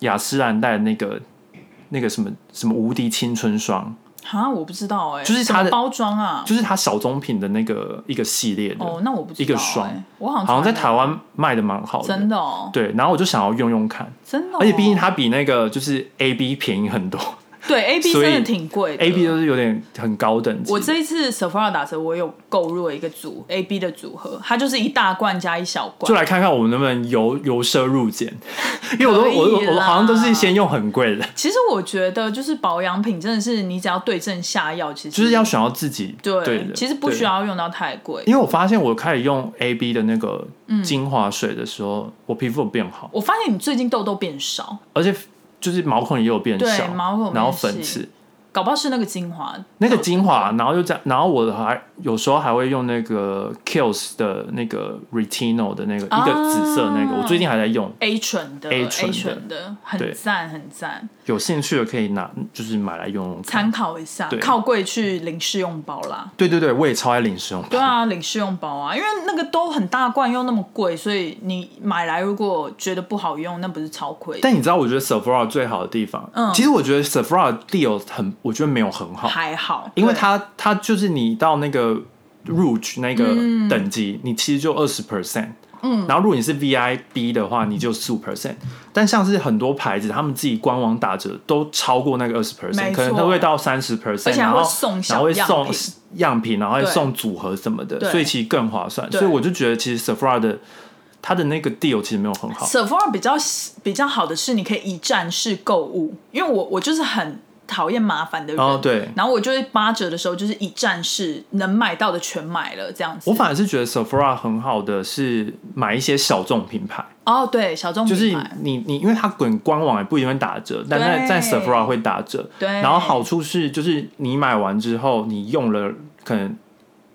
Speaker 2: 雅诗兰黛的那个那个什么什么无敌青春霜，
Speaker 1: 啊，我不知道哎、
Speaker 2: 就是
Speaker 1: 什
Speaker 2: 它
Speaker 1: 么
Speaker 2: 的
Speaker 1: 包装啊，
Speaker 2: 就是它小棕瓶的那个一个系列的，
Speaker 1: 哦，那我不知道、欸、
Speaker 2: 一个霜
Speaker 1: 我好像
Speaker 2: 好像在
Speaker 1: 从
Speaker 2: 台
Speaker 1: 来
Speaker 2: 湾卖的蛮好
Speaker 1: 没有
Speaker 2: 的，
Speaker 1: 真的哦，
Speaker 2: 对，然后我就想要用用看，
Speaker 1: 真的哦、
Speaker 2: 而且毕竟它比那个就是 A B 便宜很多
Speaker 1: 对 A B
Speaker 2: 所以
Speaker 1: 真的挺贵的
Speaker 2: ，A B 都是有点很高等级的。
Speaker 1: 我这一次 Sephora 打折，我有购入了一个组 A B 的组合，它就是一大罐加一小
Speaker 2: 就
Speaker 1: 罐。
Speaker 2: 来看看我们能不能由由奢入俭，因为我都我
Speaker 1: 可以
Speaker 2: 我
Speaker 1: 啦
Speaker 2: 我好像都是先用很贵的，
Speaker 1: 其实我觉得，就是保养品真的是你只要对症下药，其实
Speaker 2: 就是要选到自己
Speaker 1: 对，
Speaker 2: 的。
Speaker 1: 其实不需
Speaker 2: 对，
Speaker 1: 要用到太贵。
Speaker 2: 因为我发现我开始用 A B 的那个
Speaker 1: 嗯
Speaker 2: 精华水的时候，我皮肤有变好，
Speaker 1: 我发现你最近痘痘变少，
Speaker 2: 而且就是毛孔也有变
Speaker 1: 对
Speaker 2: 小，
Speaker 1: 毛孔变
Speaker 2: 然后
Speaker 1: 细
Speaker 2: 粉刺。
Speaker 1: 搞不好是那个精华。
Speaker 2: 那个精华，
Speaker 1: 嗯
Speaker 2: 然后就这样，然后我还有时候还会用那个 Kills 的那个 Retinol 的那个、
Speaker 1: 啊
Speaker 2: 一个紫色那个，我最近还在用，
Speaker 1: A 醇的
Speaker 2: A 醇的
Speaker 1: 醇的，很
Speaker 2: 对
Speaker 1: 赞很赞，
Speaker 2: 有兴趣的可以拿，就是买来用用看。
Speaker 1: 参考一下，
Speaker 2: 对
Speaker 1: 靠柜去领试用包啦。
Speaker 2: 对对对，我也超爱领使用。
Speaker 1: 对啊，领试用包啊，因为那个都很大罐又那么贵，所以你买来如果觉得不好用，那不是超亏？
Speaker 2: 但你知道，我觉得 Sephora 最好的地方，
Speaker 1: 嗯
Speaker 2: 其实我觉得 Sephora deal 很，我觉得没有很好，
Speaker 1: 还好，
Speaker 2: 因为
Speaker 1: 对
Speaker 2: 它它就是你到那个 Rouge 那个
Speaker 1: 嗯
Speaker 2: 等级，你其实就二十 percent，嗯，然后如果你是 VIB 的话，你就十五 percent，但像是很多牌子，他们自己官网打折都超过那个二十
Speaker 1: 没
Speaker 2: percent，
Speaker 1: 错
Speaker 2: 可能都会到三十 percent，
Speaker 1: 而且还
Speaker 2: 然
Speaker 1: 会
Speaker 2: 后
Speaker 1: 送小
Speaker 2: 然后
Speaker 1: 样
Speaker 2: 会送
Speaker 1: 品
Speaker 2: 样品，然后会
Speaker 1: 对
Speaker 2: 送组合什么的
Speaker 1: 对，
Speaker 2: 所以其实更划算，
Speaker 1: 对
Speaker 2: 所以我就觉得其实 Sephora 的它的那个 deal 其实没有很好，
Speaker 1: Sephora 比较比较好的是，你可以一站式购物，因为我我就是很讨厌麻烦的人。
Speaker 2: 哦，对，
Speaker 1: 然后我就会八折的时候，就是一站式能买到的全买了这样子。
Speaker 2: 我反而是觉得 Sephora 很好的是买一些小众品牌，
Speaker 1: 哦，对，小众
Speaker 2: 就是
Speaker 1: 品牌，
Speaker 2: 你你因为它滚官网也不一定会打折，但在
Speaker 1: 对
Speaker 2: 在 Sephora 会打折。
Speaker 1: 对
Speaker 2: 然后好处是，就是你买完之后，你用了可能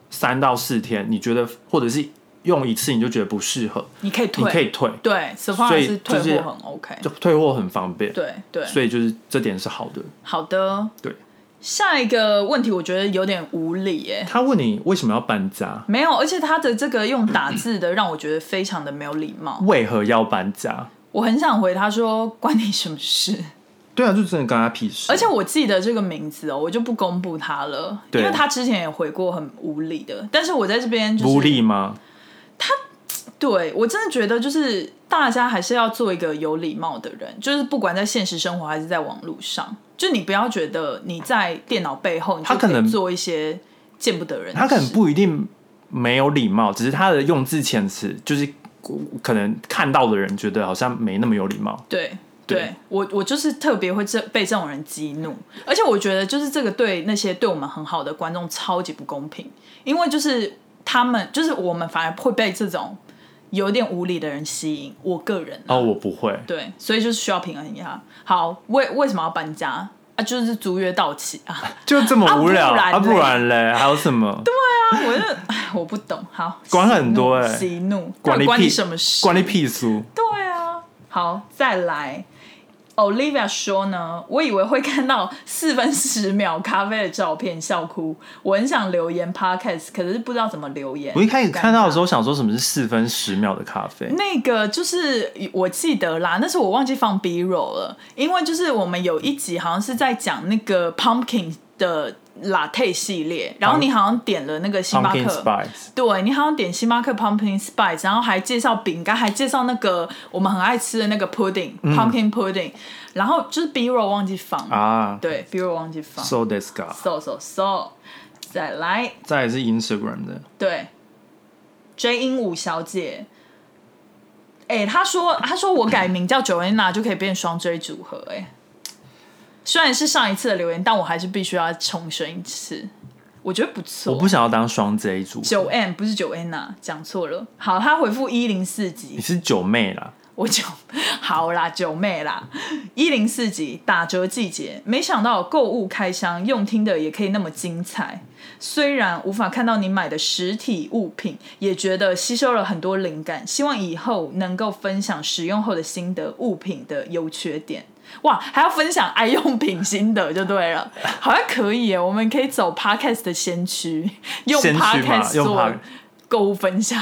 Speaker 2: 三到四天，你觉得或者是用一次你就觉得不适合，
Speaker 1: 你可以
Speaker 2: 你
Speaker 1: 退，
Speaker 2: 可以退，
Speaker 1: 对
Speaker 2: 所
Speaker 1: ，Sephora
Speaker 2: 以
Speaker 1: 是退
Speaker 2: 就是
Speaker 1: 货很 OK，
Speaker 2: 就退货很方便。
Speaker 1: 对对，
Speaker 2: 所以就是这点是好的。
Speaker 1: 好的，
Speaker 2: 对。
Speaker 1: 下一个问题我觉得有点无理耶、
Speaker 2: 他问你为什么要搬家，
Speaker 1: 没有，而且他的这个用打字的让我觉得非常的没有礼貌。
Speaker 2: 为何要搬家？
Speaker 1: 我很想回他说关你什么事？
Speaker 2: 对啊，就真的关他屁事。
Speaker 1: 而且我记得这个名字哦，我就不公布他了，因
Speaker 2: 对
Speaker 1: 为他之前也回过很无理的。但是我在这边就是
Speaker 2: 无力吗？
Speaker 1: 对我真的觉得，就是大家还是要做一个有礼貌的人，就是不管在现实生活还是在网络上，就你不要觉得你在电脑背后，你就
Speaker 2: 他可
Speaker 1: 以
Speaker 2: 能
Speaker 1: 做一些见不得人的事，
Speaker 2: 他可能不一定没有礼貌，只是他的用字遣词，就是可能看到的人觉得好像没那么有礼貌。
Speaker 1: 对。
Speaker 2: 对
Speaker 1: 对我，我就是特别会这被这种人激怒，而且我觉得就是这个对那些对我们很好的观众超级不公平，因为就是他们，就是我们反而会被这种有点无理的人吸引。我个人啊、
Speaker 2: 哦，我不会。
Speaker 1: 对，所以就是需要平衡一下。好，为为什么要搬家啊？就是租约到期啊， *laughs*
Speaker 2: 就这么无聊
Speaker 1: 啊
Speaker 2: 啊？
Speaker 1: 不
Speaker 2: 不
Speaker 1: 然
Speaker 2: 然嘞，还有什么？
Speaker 1: 我就唉我不懂。好，
Speaker 2: 管
Speaker 1: 息
Speaker 2: 很多
Speaker 1: 怒
Speaker 2: 欸
Speaker 1: 息怒，到
Speaker 2: 管
Speaker 1: 底
Speaker 2: 你
Speaker 1: 关
Speaker 2: 屁
Speaker 1: 你什么事？
Speaker 2: 关你屁事！
Speaker 1: 对啊，好，再来。Olivia 说呢，我以为会看到四分十秒咖啡的照片，笑哭。我很想留言 podcast，可是不知道怎么留言。
Speaker 2: 我一开始看到的时候想说什么是四分十秒的咖啡，
Speaker 1: 那个就是我记得啦，但是我忘记放 B roll 了，因为就是我们有一集好像是在讲那个 pumpkin 的 latte 系列，然后你好像点了那个星巴
Speaker 2: pumpkin
Speaker 1: 克。
Speaker 2: spice。
Speaker 1: 对你好像点星巴克 pumpkin spice，然后还介绍饼干，还介绍那个我们很爱吃的那个 pudding、pumpkin pudding，然后就是 B roll 忘记放，
Speaker 2: 嗯啊
Speaker 1: 对 B roll 忘记放
Speaker 2: ，so this guy，
Speaker 1: ，so so so，再来
Speaker 2: 再来是 Instagram 的，
Speaker 1: 对，J 鹦鹉小姐，哎、她说她说我改名叫 Joanna 就可以变双追组合、哎，虽然是上一次的留言，但我还是必须要重申一次，我觉得不错。
Speaker 2: 我不想要当双 J 组，
Speaker 1: 九 N 不是九 N 呐，讲错了。好，她回复一零四集
Speaker 2: 你，是九妹啦，
Speaker 1: 我九好啦，九妹啦，一零四集打折季节，没想到购物开箱用听的也可以那么精彩。虽然无法看到你买的实体物品，也觉得吸收了很多灵感。希望以后能够分享使用后的心得、物品的优缺点。哇，还要分享爱用品心得就对了，好像可以耶。我们可以走 podcast 的先驱，用
Speaker 2: 先驱嘛
Speaker 1: podcast
Speaker 2: 用
Speaker 1: 做
Speaker 2: pod-
Speaker 1: 购物分享，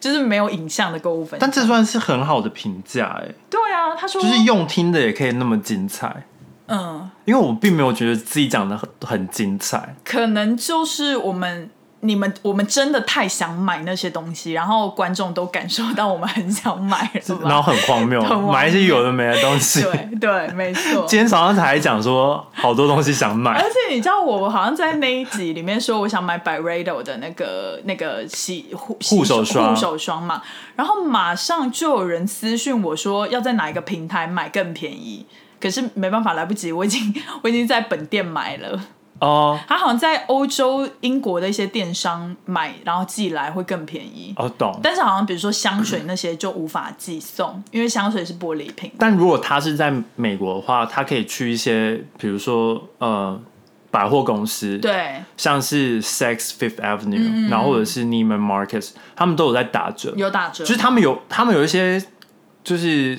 Speaker 1: 就是没有影像的购物分享。
Speaker 2: 但这算是很好的评价哎，
Speaker 1: 对啊，他说
Speaker 2: 就是用听的也可以那么精彩，
Speaker 1: 嗯，
Speaker 2: 因为我并没有觉得自己讲的很很精彩，
Speaker 1: 可能就是我们。你们我们真的太想买那些东西，然后观众都感受到我们很想买 *laughs* 了吧？
Speaker 2: 然后很荒谬
Speaker 1: 很荒，谬
Speaker 2: 买一些有的没的东
Speaker 1: *laughs*
Speaker 2: 西。
Speaker 1: 对对，没
Speaker 2: *laughs*
Speaker 1: 错。
Speaker 2: 今天早上才讲说好多东西想
Speaker 1: 而
Speaker 2: 买，
Speaker 1: *laughs* 且你知道我，我好像在那一集里面说，我想买 b y r a d o 的那个那个洗护
Speaker 2: 护手霜
Speaker 1: 护手霜嘛，然后马上就有人私讯我说要在哪一个平台买更便宜，可是没办法，来不及，我已经 *laughs* 我已经在本店买了。
Speaker 2: 哦
Speaker 1: 他好像在欧洲、英国的一些电商买，然后寄来会更便宜。
Speaker 2: 哦懂。
Speaker 1: 但是好像比如说香水那些就无法寄送，因为香水是玻璃瓶。
Speaker 2: 但如果他是在美国的话，他可以去一些，比如说呃百货公司，，
Speaker 1: 对，嗯
Speaker 2: 像是 Sex Fifth Avenue，、然后或者是 Neiman Marcus，他们都有在打折，
Speaker 1: 有打折。
Speaker 2: 就是他们有他们有一些就是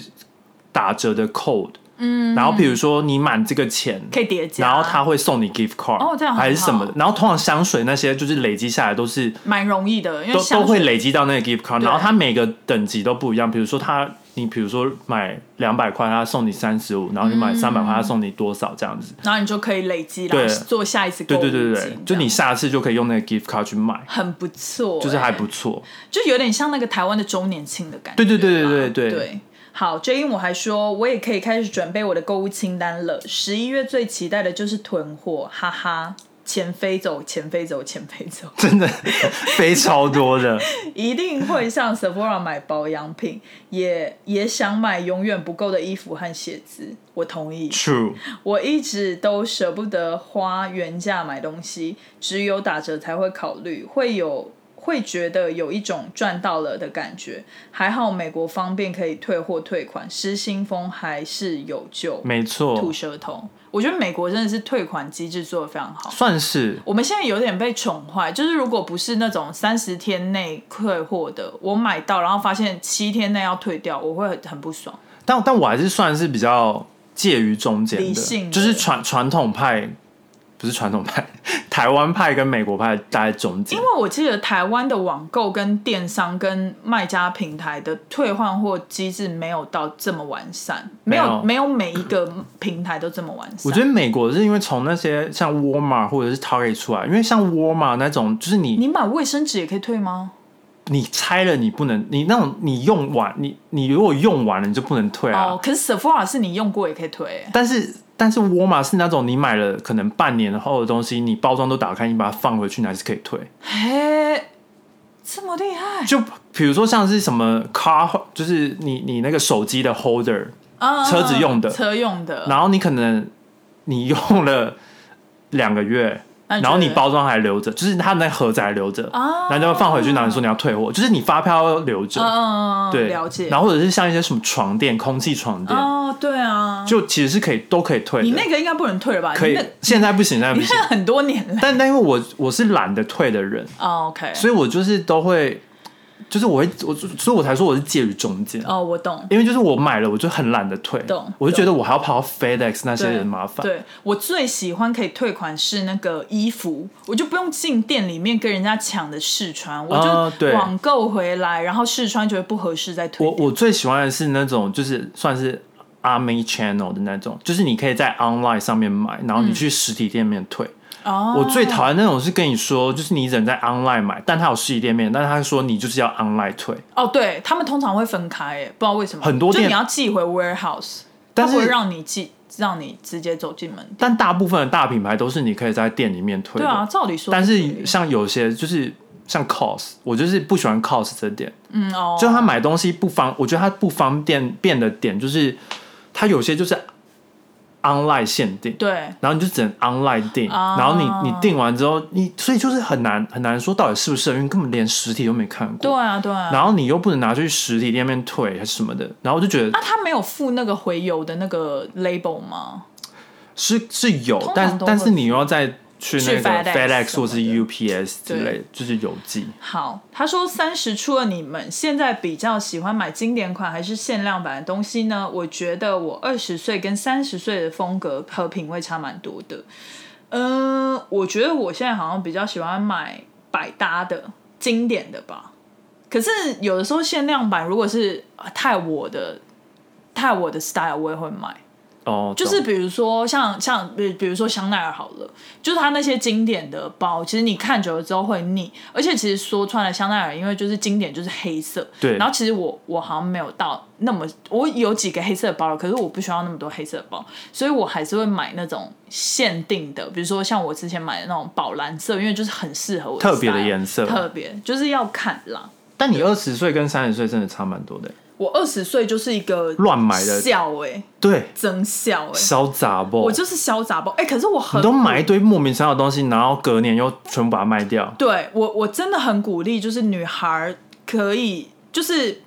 Speaker 2: 打折的 code，嗯，然后比如说你满这个钱。
Speaker 1: 可以叠加，
Speaker 2: 然后他会送你 gift card，
Speaker 1: 哦这样很好
Speaker 2: 还是什么的。然后通常香水那些就是累积下来都是
Speaker 1: 蛮容易的，因为
Speaker 2: 都
Speaker 1: 香
Speaker 2: 都
Speaker 1: 水
Speaker 2: 会累积到那个 gift card，
Speaker 1: 对
Speaker 2: 然后它每个等级都不一样。比如说它，你比如说买两百块，它送你三十五，然后你
Speaker 1: 嗯
Speaker 2: 买三百块，它送你多少这样子。
Speaker 1: 然后你就可以累积啦，
Speaker 2: 对
Speaker 1: 做下一次购
Speaker 2: 对
Speaker 1: 物
Speaker 2: 对对
Speaker 1: 金
Speaker 2: 对
Speaker 1: 这，样
Speaker 2: 就你下次就可以用那个 gift card 去买，
Speaker 1: 很不错、
Speaker 2: 就是
Speaker 1: 欸
Speaker 2: 还不错。
Speaker 1: 就有点像那个台湾的周年庆的感觉。
Speaker 2: 对对对对对
Speaker 1: 对
Speaker 2: 对
Speaker 1: 好，J 英我还说，我也可以开始准备我的购物清单了。十一月最期待的就是囤货，哈哈。钱飞走，钱飞走，钱飞
Speaker 2: *laughs*
Speaker 1: 走，
Speaker 2: 真的飞超多
Speaker 1: *laughs*
Speaker 2: 的。
Speaker 1: 一定会上 Sephora 买保养品，也也想买永远不够的衣服和鞋子。我同意，
Speaker 2: True，
Speaker 1: 我一直都舍不得花原价买东西，只有打折才会考虑，会有会觉得有一种赚到了的感觉。还好美国方便可以退货退款，失心疯还是有救。
Speaker 2: 没
Speaker 1: 吐
Speaker 2: 错，
Speaker 1: 舌头，我觉得美国真的是退款机制做的非常好。
Speaker 2: 算是
Speaker 1: 我们现在有点被宠坏，就是如果不是那种三十天内退货的，我买到然后发现七天内要退掉，我会很很不爽。
Speaker 2: 但但我还是算是比较介于中间
Speaker 1: 理性的
Speaker 2: 就是传传统派，不是传统派，台湾派跟美国派大概中间
Speaker 1: 因。为我记得台湾的网购跟电商跟卖家平台的退换货机制没有到这么完善，没有没
Speaker 2: 没
Speaker 1: 有每一个平台都这么完善。
Speaker 2: 我觉得美国是因为从那些像 Walmart 或者是 Target 出来，因为像 Walmart 那种，就是你
Speaker 1: 你买卫生纸也可以退吗？
Speaker 2: 你拆了你不能，你那种你用完，你你如果用完了你就不能退啊。
Speaker 1: 哦，可是 Sephora 是你用过也可以退、欸
Speaker 2: 但是但是沃尔玛是那种你买了可能半年后的东西，你包装都打开，你把它放回去，你还是可以退。
Speaker 1: 嘿，这么厉害
Speaker 2: 就比如说像是什么 car，就是你你那个手机的 holder，
Speaker 1: 啊！
Speaker 2: 车子用的
Speaker 1: 车用的，
Speaker 2: 然后你可能你用了两个月。
Speaker 1: 那你
Speaker 2: 然后
Speaker 1: 觉得
Speaker 2: 你包装还留着，就是它那盒子还留着，
Speaker 1: 啊
Speaker 2: 然后就放回去，然后你说你要退货，就是你发票要留着，
Speaker 1: 嗯，
Speaker 2: 对，
Speaker 1: 了解。
Speaker 2: 然后或者是像一些什么床垫、空气床垫，
Speaker 1: 哦，对啊，
Speaker 2: 就其实是可以都可以退的，
Speaker 1: 你那个应该不能退了吧？
Speaker 2: 可以
Speaker 1: 你那，
Speaker 2: 现在不行，现在不
Speaker 1: 你
Speaker 2: 行
Speaker 1: *laughs* 那。很多年了。
Speaker 2: 但但因为我我是懒得退的人，
Speaker 1: 哦，OK，
Speaker 2: 所以我就是都会，就是我会我所以我才说我是介于中间，
Speaker 1: 哦，我懂。
Speaker 2: 因为就是我买了我就很懒得退
Speaker 1: 懂，
Speaker 2: 我就觉得我还要跑到 FedEx 那些
Speaker 1: 对
Speaker 2: 人麻烦。
Speaker 1: 对我最喜欢可以退款是那个衣服，我就不用进店里面跟人家抢着试穿，我
Speaker 2: 哦
Speaker 1: 就
Speaker 2: 对
Speaker 1: 网购回来，然后试穿觉得不合适再退
Speaker 2: 我
Speaker 1: 掉。
Speaker 2: 我最喜欢的是那种就是算是 Army Channel 的那种，就是你可以在 online 上面买，然后你去实体店面退。
Speaker 1: 哦，
Speaker 2: 我最讨厌那种是跟你说，就是你只能在 online 买，但他有实体店面，但他说你就是要 online 退。
Speaker 1: 哦，对他们通常会分开，哎，不知道为什么，
Speaker 2: 很多
Speaker 1: 就
Speaker 2: 店
Speaker 1: 你要寄回 warehouse，
Speaker 2: 但
Speaker 1: 它
Speaker 2: 是
Speaker 1: 不会让你寄，让你直接走进门。
Speaker 2: 但大部分的大品牌都是你可以在店里面退
Speaker 1: 对
Speaker 2: 的。
Speaker 1: 啊，照理说可以，
Speaker 2: 但是像有些就是像 COS，我就是不喜欢 COS 这点，
Speaker 1: 嗯哦，
Speaker 2: 就他买东西不方，我觉得他不方便变的点就是，他有些就是 online 限定，
Speaker 1: 对，
Speaker 2: 然后你就只能 online 订，
Speaker 1: 啊
Speaker 2: 然后你你订完之后，你所以就是很难很难说到底适不适合，因为根本连实体都没看
Speaker 1: 对
Speaker 2: 过，
Speaker 1: 啊，对啊。
Speaker 2: 然后你又不能拿去实体店面退还是什么的，然后我就觉得
Speaker 1: 啊，他没有附那个回邮的那个 label 吗？
Speaker 2: 是是有
Speaker 1: 通，常
Speaker 2: 但
Speaker 1: 都会
Speaker 2: 但是你又要再去那
Speaker 1: 去
Speaker 2: 个
Speaker 1: FedEx
Speaker 2: 或是
Speaker 1: 什么
Speaker 2: UPS 之类的，就是邮寄。
Speaker 1: 好，他说三十出了你们现在比较喜欢买经典款还是限量版的东西呢？我觉得我二十岁跟三十岁的风格和品味差蛮多的。嗯、我觉得我现在好像比较喜欢买百搭的经典的吧。可是有的时候限量版如果是啊太我的太我的 style，我也会买。
Speaker 2: 哦，
Speaker 1: 就是比如说像像比比如说香奈儿好了，就是它那些经典的包，其实你看久了之后会腻，而且其实说穿了香奈儿，因为就是经典就是黑色，
Speaker 2: 对
Speaker 1: 然后其实我我好像没有到那么，我有几个黑色的包了，可是我不需要那么多黑色的包，所以我还是会买那种限定的，比如说像我之前买的那种宝蓝色，因为就是很适合我
Speaker 2: 特别的
Speaker 1: style，
Speaker 2: 颜色
Speaker 1: 特别就是要看啦。
Speaker 2: 但你二十岁跟三十岁真的差蛮多的，
Speaker 1: 我二十岁就是一个
Speaker 2: 乱买的
Speaker 1: 笑哎、
Speaker 2: 对，
Speaker 1: 真笑哎、
Speaker 2: 烧杂不？
Speaker 1: 我就是潇洒包哎、可是我很
Speaker 2: 你都买一堆莫名其妙的东西，然后隔年又全部把它卖掉。
Speaker 1: 对我，我真的很鼓励，就是女孩儿可以，就是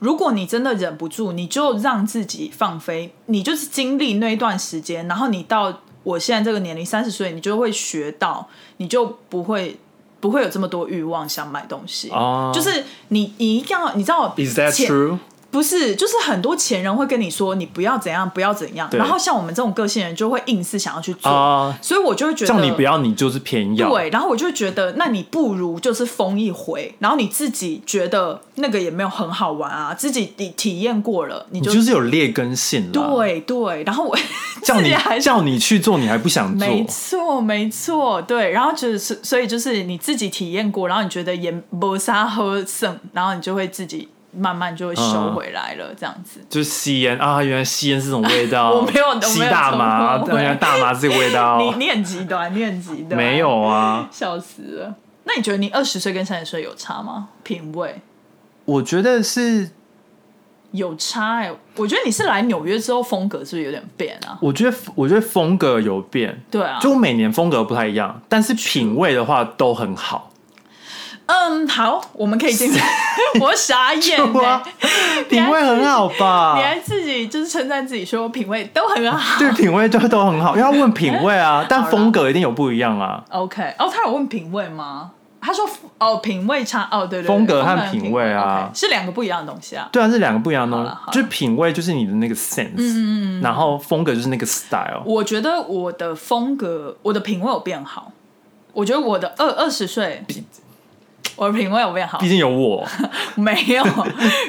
Speaker 1: 如果你真的忍不住，你就让自己放飞，你就是经历那一段时间，然后你到我现在这个年龄三十岁，你就会学到，你就不会不会有这么多欲望想买东西。
Speaker 2: 哦
Speaker 1: 就是你你一定要，你知道
Speaker 2: Is that
Speaker 1: 前
Speaker 2: true？
Speaker 1: 不是，就是很多前人会跟你说你不要怎样，不要怎样，
Speaker 2: 对
Speaker 1: 然后像我们这种个性人就会硬是想要去做，
Speaker 2: 哦
Speaker 1: 所以我就会觉得
Speaker 2: 叫你不要，你就是偏要。
Speaker 1: 对，然后我就觉得，那你不如就是疯一回，然后你自己觉得那个也没有很好玩啊，自己体体验过了，你
Speaker 2: 你
Speaker 1: 就
Speaker 2: 就是有劣根性啦。，
Speaker 1: 对对，然后我
Speaker 2: 叫
Speaker 1: 自己
Speaker 2: 你
Speaker 1: 还是
Speaker 2: 叫你去做，你还不想做。
Speaker 1: 没错没错，对，然后就是所以就是你自己体验过，然后你觉得也没啥喝剩，然后你就会自己。慢慢就会
Speaker 2: 嗯
Speaker 1: 收回来了，这样子。
Speaker 2: 就是吸烟啊，原来吸烟是这种味道，
Speaker 1: *laughs* 我没有我没有
Speaker 2: 吸大麻，啊
Speaker 1: 从不会
Speaker 2: 原来大麻是这个味道
Speaker 1: *laughs* 你，你很极端，你很极端。
Speaker 2: 没有，啊。
Speaker 1: 笑死了。那你觉得你二十岁跟三十岁有差吗？品味
Speaker 2: 我觉得是，
Speaker 1: 有差哎、我觉得你是来纽约之后风格是不是有点变啊？
Speaker 2: 我觉得我觉得风格有变，
Speaker 1: 对啊，
Speaker 2: 就每年风格不太一样，但是品味的话都很好。
Speaker 1: 嗯，好，我们可以进来。 *laughs* 我傻
Speaker 2: *laughs*
Speaker 1: 眼、
Speaker 2: 对
Speaker 1: 欸
Speaker 2: 啊，品味很好
Speaker 1: 你
Speaker 2: 吧？
Speaker 1: 还自己就是称赞自己说品味都很好。
Speaker 2: 对，品味就都很好，因为要问品味
Speaker 1: *laughs*
Speaker 2: 啊，但
Speaker 1: 好啦
Speaker 2: 风格一定有不一样啊。
Speaker 1: OK，哦，他有问品味吗？他说哦，品味差哦，对对对
Speaker 2: 风格和
Speaker 1: 品
Speaker 2: 品味
Speaker 1: o
Speaker 2: 啊
Speaker 1: k 是两个不一样的东西啊。
Speaker 2: 对啊，是两个不一样的东
Speaker 1: 好啦好
Speaker 2: 西，
Speaker 1: 啦
Speaker 2: 就是品味就是你的那个 sense，嗯嗯然后风格就是那个 style。
Speaker 1: 我觉得我的风格，我的品味有变好。我觉得我的二二十岁，我的品味有变好
Speaker 2: *laughs* 毕，竟有我，
Speaker 1: 没有，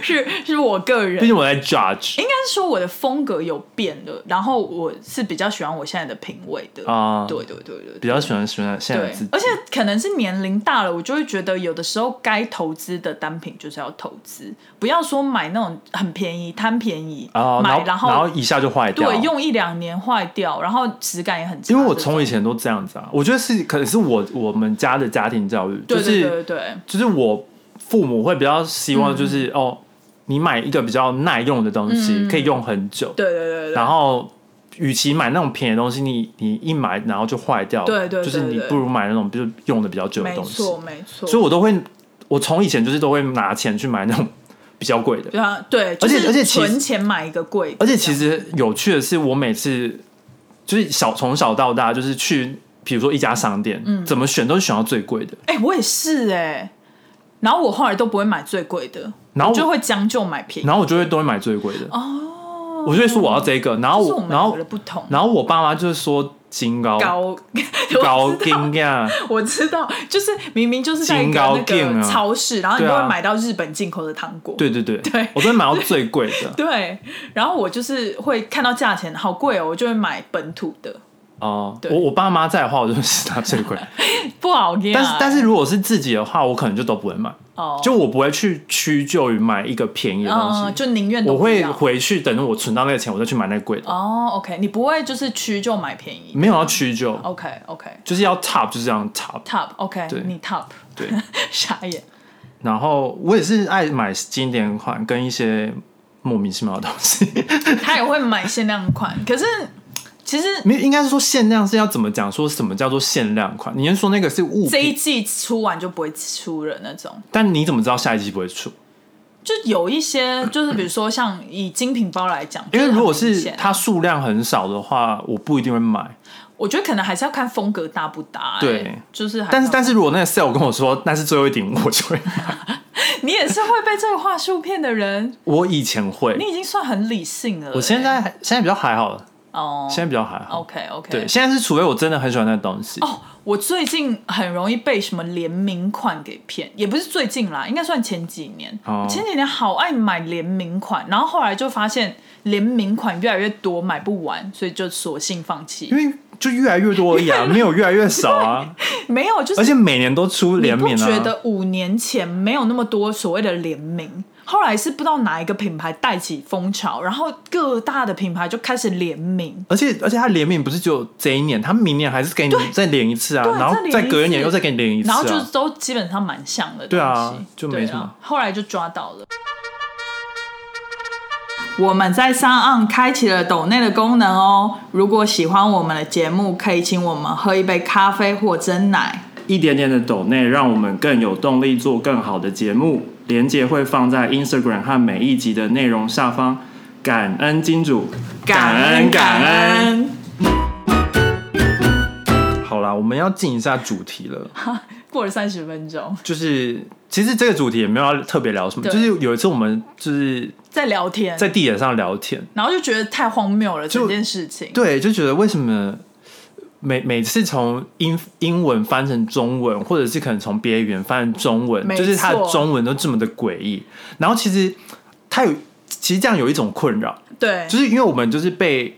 Speaker 1: 是是我个人
Speaker 2: 毕，竟我在 judge
Speaker 1: 应该是说我的风格有变了，然后我是比较喜欢我现在的品味的。
Speaker 2: 啊，
Speaker 1: 对对对对
Speaker 2: 比较喜欢喜欢现在的
Speaker 1: 对
Speaker 2: 自己，
Speaker 1: 而且可能是年龄大了，我就会觉得有的时候该投资的单品就是要投资，不要说买那种很便宜贪便宜，
Speaker 2: 啊，然
Speaker 1: 买
Speaker 2: 后然后一下就坏掉，
Speaker 1: 对用一两年坏掉，然后质感也很差。
Speaker 2: 因为我从以
Speaker 1: 前
Speaker 2: 前都这样子啊，我觉得是可能是我我们家的家庭教育，就
Speaker 1: 对对对
Speaker 2: 是
Speaker 1: 对对
Speaker 2: 就是我父母会比较希望
Speaker 1: 嗯
Speaker 2: 就是哦，你买一个比较耐用的东西，可以用很久，
Speaker 1: 对对对对
Speaker 2: 然后。与其买那种便宜的东西，你你一买然后就坏掉，
Speaker 1: 对对对
Speaker 2: 就是你
Speaker 1: 对对
Speaker 2: 不如买那种就是用的比较久
Speaker 1: 对，没
Speaker 2: 的东西。
Speaker 1: 错没错。
Speaker 2: 所以我都会，我从以前就是都会拿钱去买那种 *laughs* 比较贵的。
Speaker 1: 对啊，对，
Speaker 2: 而且
Speaker 1: 就是
Speaker 2: 而且其实
Speaker 1: 存钱买一个贵的，
Speaker 2: 而且其
Speaker 1: 这样
Speaker 2: 实有趣的是，我每次就是小从小到大，就是去比如说一家商店，
Speaker 1: 嗯
Speaker 2: 怎么选都是选到最贵的。
Speaker 1: 哎、我也是哎、然后我后来都不会买最贵的，
Speaker 2: 然后
Speaker 1: 我就
Speaker 2: 我
Speaker 1: 会将就买便宜。
Speaker 2: 然后我就会都会买最贵的。哦，我就会说我要这个，然后
Speaker 1: 这是我
Speaker 2: 我
Speaker 1: 们
Speaker 2: 然
Speaker 1: 两
Speaker 2: 后
Speaker 1: 个的不同。
Speaker 2: 然后我爸妈就是说金高
Speaker 1: 高
Speaker 2: *laughs* 高
Speaker 1: *laughs* 我知道
Speaker 2: 金呀，
Speaker 1: 我知道，就是明明就是在一
Speaker 2: 金
Speaker 1: 个
Speaker 2: 高
Speaker 1: 那
Speaker 2: 镜
Speaker 1: 个
Speaker 2: 啊
Speaker 1: 超市，然后你
Speaker 2: 对
Speaker 1: 都
Speaker 2: 啊
Speaker 1: 会买到日本进口的糖果。
Speaker 2: 对对对，
Speaker 1: *laughs* 对
Speaker 2: 我都会买到最贵的。
Speaker 1: *laughs* 对然后我就是会看到价钱好贵哦，我就会买本土的，
Speaker 2: 哦，
Speaker 1: 对
Speaker 2: 我我爸妈在的话，我就是
Speaker 1: *laughs*
Speaker 2: 拿最贵。
Speaker 1: 不好看。
Speaker 2: 但是但是如果是自己的话，我可能就都不会买。
Speaker 1: 哎哦，
Speaker 2: 就我不会去屈就于买一个便宜的东西，
Speaker 1: 嗯，就宁愿都
Speaker 2: 我
Speaker 1: 不
Speaker 2: 会
Speaker 1: 要
Speaker 2: 回去等我存到那个钱，我再去买那个贵的，
Speaker 1: 哦，OK，你不会就是区就买便宜
Speaker 2: 没有要屈就，
Speaker 1: ，OK OK。
Speaker 2: 就是要 top 就是这样 top。
Speaker 1: 哦 Top OK，
Speaker 2: 对
Speaker 1: 你 Top *laughs*
Speaker 2: 对， *laughs*
Speaker 1: 傻眼，
Speaker 2: 然后我也是爱买经典款跟一些莫名其妙的东
Speaker 1: *laughs*
Speaker 2: 西，
Speaker 1: 他也会买限量款。可是其实
Speaker 2: 没有应该是说限量是要怎么讲？说什么叫做限量款？你是说那个是物
Speaker 1: 这一
Speaker 2: 品，
Speaker 1: 季出完就不会出了那种，
Speaker 2: 但你怎么知道下一季不会出？
Speaker 1: 就有一些就是比如说像以精品包来讲，
Speaker 2: 因为
Speaker 1: 就
Speaker 2: 如果
Speaker 1: 很明
Speaker 2: 是
Speaker 1: 显
Speaker 2: 它数量很少的话，我不一定会买。
Speaker 1: 我觉得可能还是要看风格搭不搭、欸。
Speaker 2: 对，
Speaker 1: 就是还要
Speaker 2: 但是但是如果那个 sale 跟我说那是最后一顶，我
Speaker 1: *laughs*
Speaker 2: 就会买。
Speaker 1: 你也是会被这个话术骗的人，
Speaker 2: 我以前会，
Speaker 1: 你已经算很理性了欸、
Speaker 2: 我现在还现在比较还好了，
Speaker 1: 哦
Speaker 2: 现在比较还好。
Speaker 1: ，OK OK，
Speaker 2: 对，现在是除非我真的很喜欢那东西，
Speaker 1: 哦，我最近很容易被什么联名款给骗，也不是最近啦，应该算前几年。
Speaker 2: 哦
Speaker 1: 我前几年好爱买联名款，然后后来就发现联名款越来越多，买不完，所以就索性放弃
Speaker 2: 因。为就越来越多而已啊，没有越来越少啊，
Speaker 1: 没有，就是
Speaker 2: 而且每年都出
Speaker 1: 你
Speaker 2: 联
Speaker 1: 不
Speaker 2: 名啊。
Speaker 1: 觉得五年前没有那么多所谓的联名，后来是不知道哪一个品牌带起风潮，然后各大的品牌就开始联名。
Speaker 2: 而且而且它联名不是只有这一年，它明年还是给你再联一次啊，
Speaker 1: 对
Speaker 2: 然后
Speaker 1: 再联一
Speaker 2: 再
Speaker 1: 次
Speaker 2: 隔一年又再给你联一次
Speaker 1: 然后就
Speaker 2: 啊。
Speaker 1: 都基本上蛮像的东西，
Speaker 2: 对啊就没什
Speaker 1: 对
Speaker 2: 么
Speaker 1: 啊后来就抓到了。我们在上岸开启了抖内的功能哦。如果喜欢我们的节目，可以请我们喝一杯咖啡或蒸奶。
Speaker 2: 一点点的抖内，让我们更有动力做更好的节目。连接会放在 Instagram 和每一集的内容下方。感恩金主，感
Speaker 1: 恩！
Speaker 2: 恩。好啦，我们要进一下主题了。
Speaker 1: 过了三十分钟，
Speaker 2: 就是其实这个主题也没有要特别聊什么，
Speaker 1: 对
Speaker 2: 就是有一次我们就是
Speaker 1: 在聊天，
Speaker 2: 在地铁上聊天，
Speaker 1: 然后就觉得太荒谬了
Speaker 2: 就
Speaker 1: 整件事情。
Speaker 2: 对，就觉得为什么每每次从英英文翻成中文，或者是可能从别的语言翻成中文，
Speaker 1: 没
Speaker 2: 就是它的
Speaker 1: 错
Speaker 2: 中文都这么的诡异。然后其实它有，其实这样有一种困扰，
Speaker 1: 对，
Speaker 2: 就是因为我们就是被。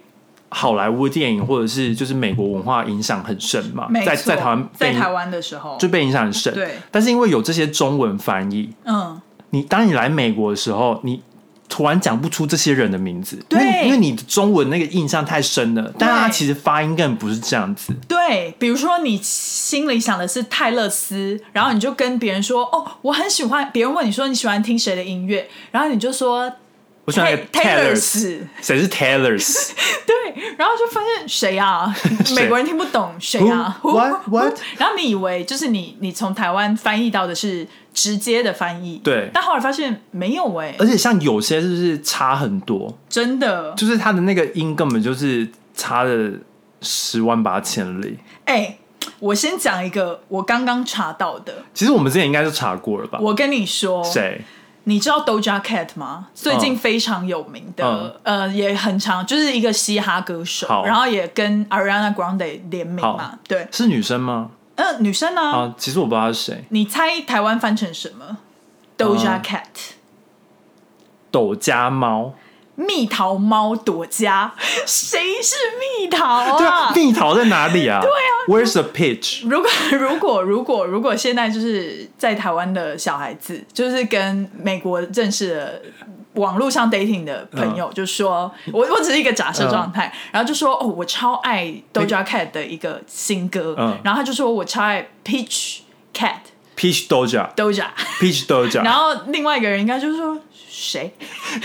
Speaker 2: 好莱坞电影或者是就是美国文化影响很深嘛
Speaker 1: 没，
Speaker 2: 在
Speaker 1: 错
Speaker 2: 在台湾
Speaker 1: 在
Speaker 2: 被
Speaker 1: 台湾的时候，
Speaker 2: 就被影响很深，
Speaker 1: 对
Speaker 2: 但是因为有这些中文翻译，
Speaker 1: 嗯，
Speaker 2: 你当你来美国的时候，你突然讲不出这些人的名字，因为
Speaker 1: 对
Speaker 2: 因为你的中文那个印象太深了，但他其实发音根本不是这样子。
Speaker 1: 对，比如说你心里想的是泰勒斯，然后你就跟别人说：“哦，我很喜欢。”别人问你说你喜欢听谁的音乐，然后你就说
Speaker 2: 我喜欢那个
Speaker 1: Taylor
Speaker 2: Taylors，
Speaker 1: s
Speaker 2: 谁是
Speaker 1: *laughs*
Speaker 2: Taylors？
Speaker 1: 对，然后就发现谁啊，美国人听不懂谁啊
Speaker 2: Who? What? What?
Speaker 1: 然后你以为就是你你从台湾翻译到的是直接的翻译，
Speaker 2: 对
Speaker 1: 但后来发现没有哎、
Speaker 2: 而且像有些就是差很多，
Speaker 1: 真的
Speaker 2: 就是他的那个音根本就是差了十万八千里。
Speaker 1: 哎、我先讲一个我刚刚查到的，
Speaker 2: 其实我们之前应该就查过了吧？
Speaker 1: 我跟你说，
Speaker 2: 谁？嗯
Speaker 1: 你知道 Doja Cat 吗？最近非常有名的，呃，也很长，就是一个嘻哈歌手，
Speaker 2: 好
Speaker 1: 然后也跟 Ariana Grande 联名嘛
Speaker 2: 好，
Speaker 1: 对，
Speaker 2: 是女生吗？
Speaker 1: 呃，女生呢、
Speaker 2: 啊，其实我不知道她是谁。
Speaker 1: 你猜台湾翻成什么？Doja
Speaker 2: 嗯
Speaker 1: Cat。
Speaker 2: 抖家猫，
Speaker 1: 蜜桃猫躲家， *laughs* 谁是蜜桃
Speaker 2: 对
Speaker 1: 啊
Speaker 2: 啊，？蜜桃在哪里啊？对啊，Where's the pitch？
Speaker 1: 如果 *laughs* 如果如果如果现在就是在台湾的小孩子，就是跟美国认识的网络上 dating 的朋
Speaker 2: 嗯
Speaker 1: 友，就说，我我只是一个假设状态，然后就说哦，我超爱 Doja Cat 的一个新歌，
Speaker 2: 嗯
Speaker 1: 然后他就说我超爱 Peach Cat
Speaker 2: Peach Doja，Peach *laughs*
Speaker 1: Doja，*laughs*
Speaker 2: Doja，
Speaker 1: 然后另外一个人应该就是说谁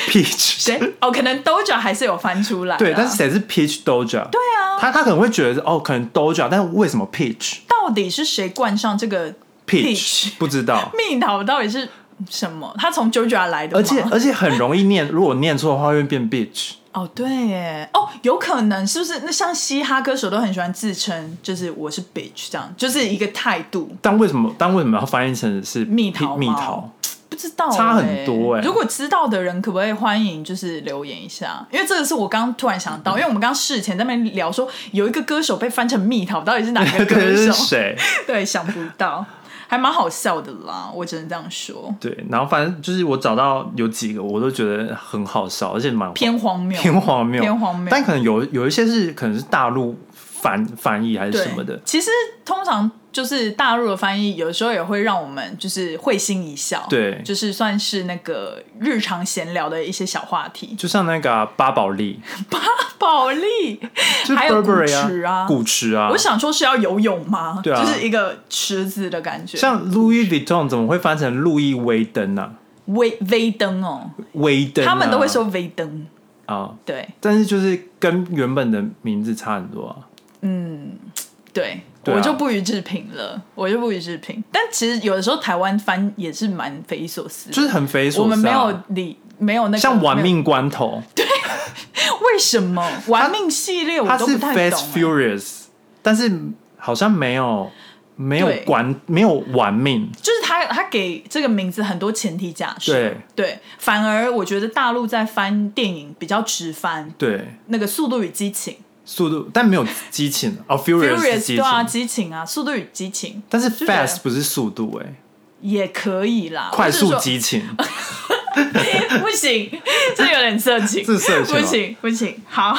Speaker 2: Peach
Speaker 1: 谁哦，可能 Doja 还是有翻出来啦，
Speaker 2: 对，但是谁是 Peach Doja？对
Speaker 1: 啊
Speaker 2: 他他可能会觉得哦，可能 Doja，但是为什么 Peach
Speaker 1: 到底是谁冠上这个 Peach，
Speaker 2: 不知道
Speaker 1: *laughs* 蜜桃到底是什么？他从 Georgia 来的吗，
Speaker 2: 而且而且很容易念，如果念错的话会变 Bitch。
Speaker 1: 哦，对耶，哦，有可能是不是？那像嘻哈歌手都很喜欢自称，就是我是 bitch 这样，就是一个态度，
Speaker 2: 但为什么但为什么要翻译成是
Speaker 1: 蜜桃吗
Speaker 2: 蜜
Speaker 1: *laughs*
Speaker 2: 桃？
Speaker 1: 不知道
Speaker 2: 差很
Speaker 1: 耶
Speaker 2: 多耶欸
Speaker 1: 如果知道的人，可不可以欢迎就是留言一下？因为这个是我刚突然想到，因
Speaker 2: 嗯
Speaker 1: 为我们刚事前在那边聊说，有一个歌手被翻成蜜桃，到底是哪个
Speaker 2: *laughs* 对，
Speaker 1: 歌
Speaker 2: 是
Speaker 1: 手？
Speaker 2: 谁？
Speaker 1: *laughs* 对，想不到，还蛮好笑的啦，我只能这样说，
Speaker 2: 对，然后反正就是我找到有几个，我都觉得很好笑，而且蛮
Speaker 1: 偏荒谬，
Speaker 2: *laughs* 偏荒谬，
Speaker 1: 偏荒谬
Speaker 2: 但可能有有一些是可能是大陆翻翻译还是
Speaker 1: 对
Speaker 2: 什么的，
Speaker 1: 其实通常就是大陆的翻译，有时候也会让我们就是会心一笑，
Speaker 2: 对
Speaker 1: 就是算是那个日常闲聊的一些小话题。
Speaker 2: 就像那个啊、巴宝莉，
Speaker 1: 保利，
Speaker 2: 就是
Speaker 1: 还有
Speaker 2: Burberry
Speaker 1: 古驰啊
Speaker 2: 古驰啊
Speaker 1: 我，想说是要游泳吗？
Speaker 2: 对啊
Speaker 1: 就是一个池子的感觉，
Speaker 2: 像 Louis Vuitton 怎么会翻成路易威登呢、啊？
Speaker 1: 微微灯哦，
Speaker 2: 威登啊、
Speaker 1: 他们都会说微灯，
Speaker 2: 啊，
Speaker 1: 对
Speaker 2: 但是就是跟原本的名字差很多啊。
Speaker 1: 对。
Speaker 2: 对啊
Speaker 1: 我就不予置评了，我就不予置评。但其实有的时候台湾翻也是蛮匪夷所思的，
Speaker 2: 就是很匪夷所思啊
Speaker 1: 我们没有理，没有那个
Speaker 2: 像玩
Speaker 1: 没有
Speaker 2: 命关头，
Speaker 1: 为什么玩命系列我
Speaker 2: 它
Speaker 1: 都不
Speaker 2: 是
Speaker 1: 太
Speaker 2: Fast
Speaker 1: 懂、欸？
Speaker 2: Furious，但是好像没有没有
Speaker 1: 对
Speaker 2: 管没有玩命，
Speaker 1: 就是他他给这个名字很多前提假设，
Speaker 2: 对
Speaker 1: 反而我觉得大陆在翻电影比较直翻，
Speaker 2: 对，
Speaker 1: 那个《速度与激情
Speaker 2: 速度但没有激情哦，Furious 是激
Speaker 1: 对啊，
Speaker 2: 情，
Speaker 1: 激情啊，《速度与激情
Speaker 2: 但是
Speaker 1: 就觉哦得
Speaker 2: Fast 不是速度哎，》
Speaker 1: 也可以啦，
Speaker 2: 快
Speaker 1: 我
Speaker 2: *laughs* 速
Speaker 1: 是说 *laughs*
Speaker 2: 激情，啊
Speaker 1: 不行，这有点色情，
Speaker 2: 这色情
Speaker 1: 不
Speaker 2: 吗
Speaker 1: 行不行。好，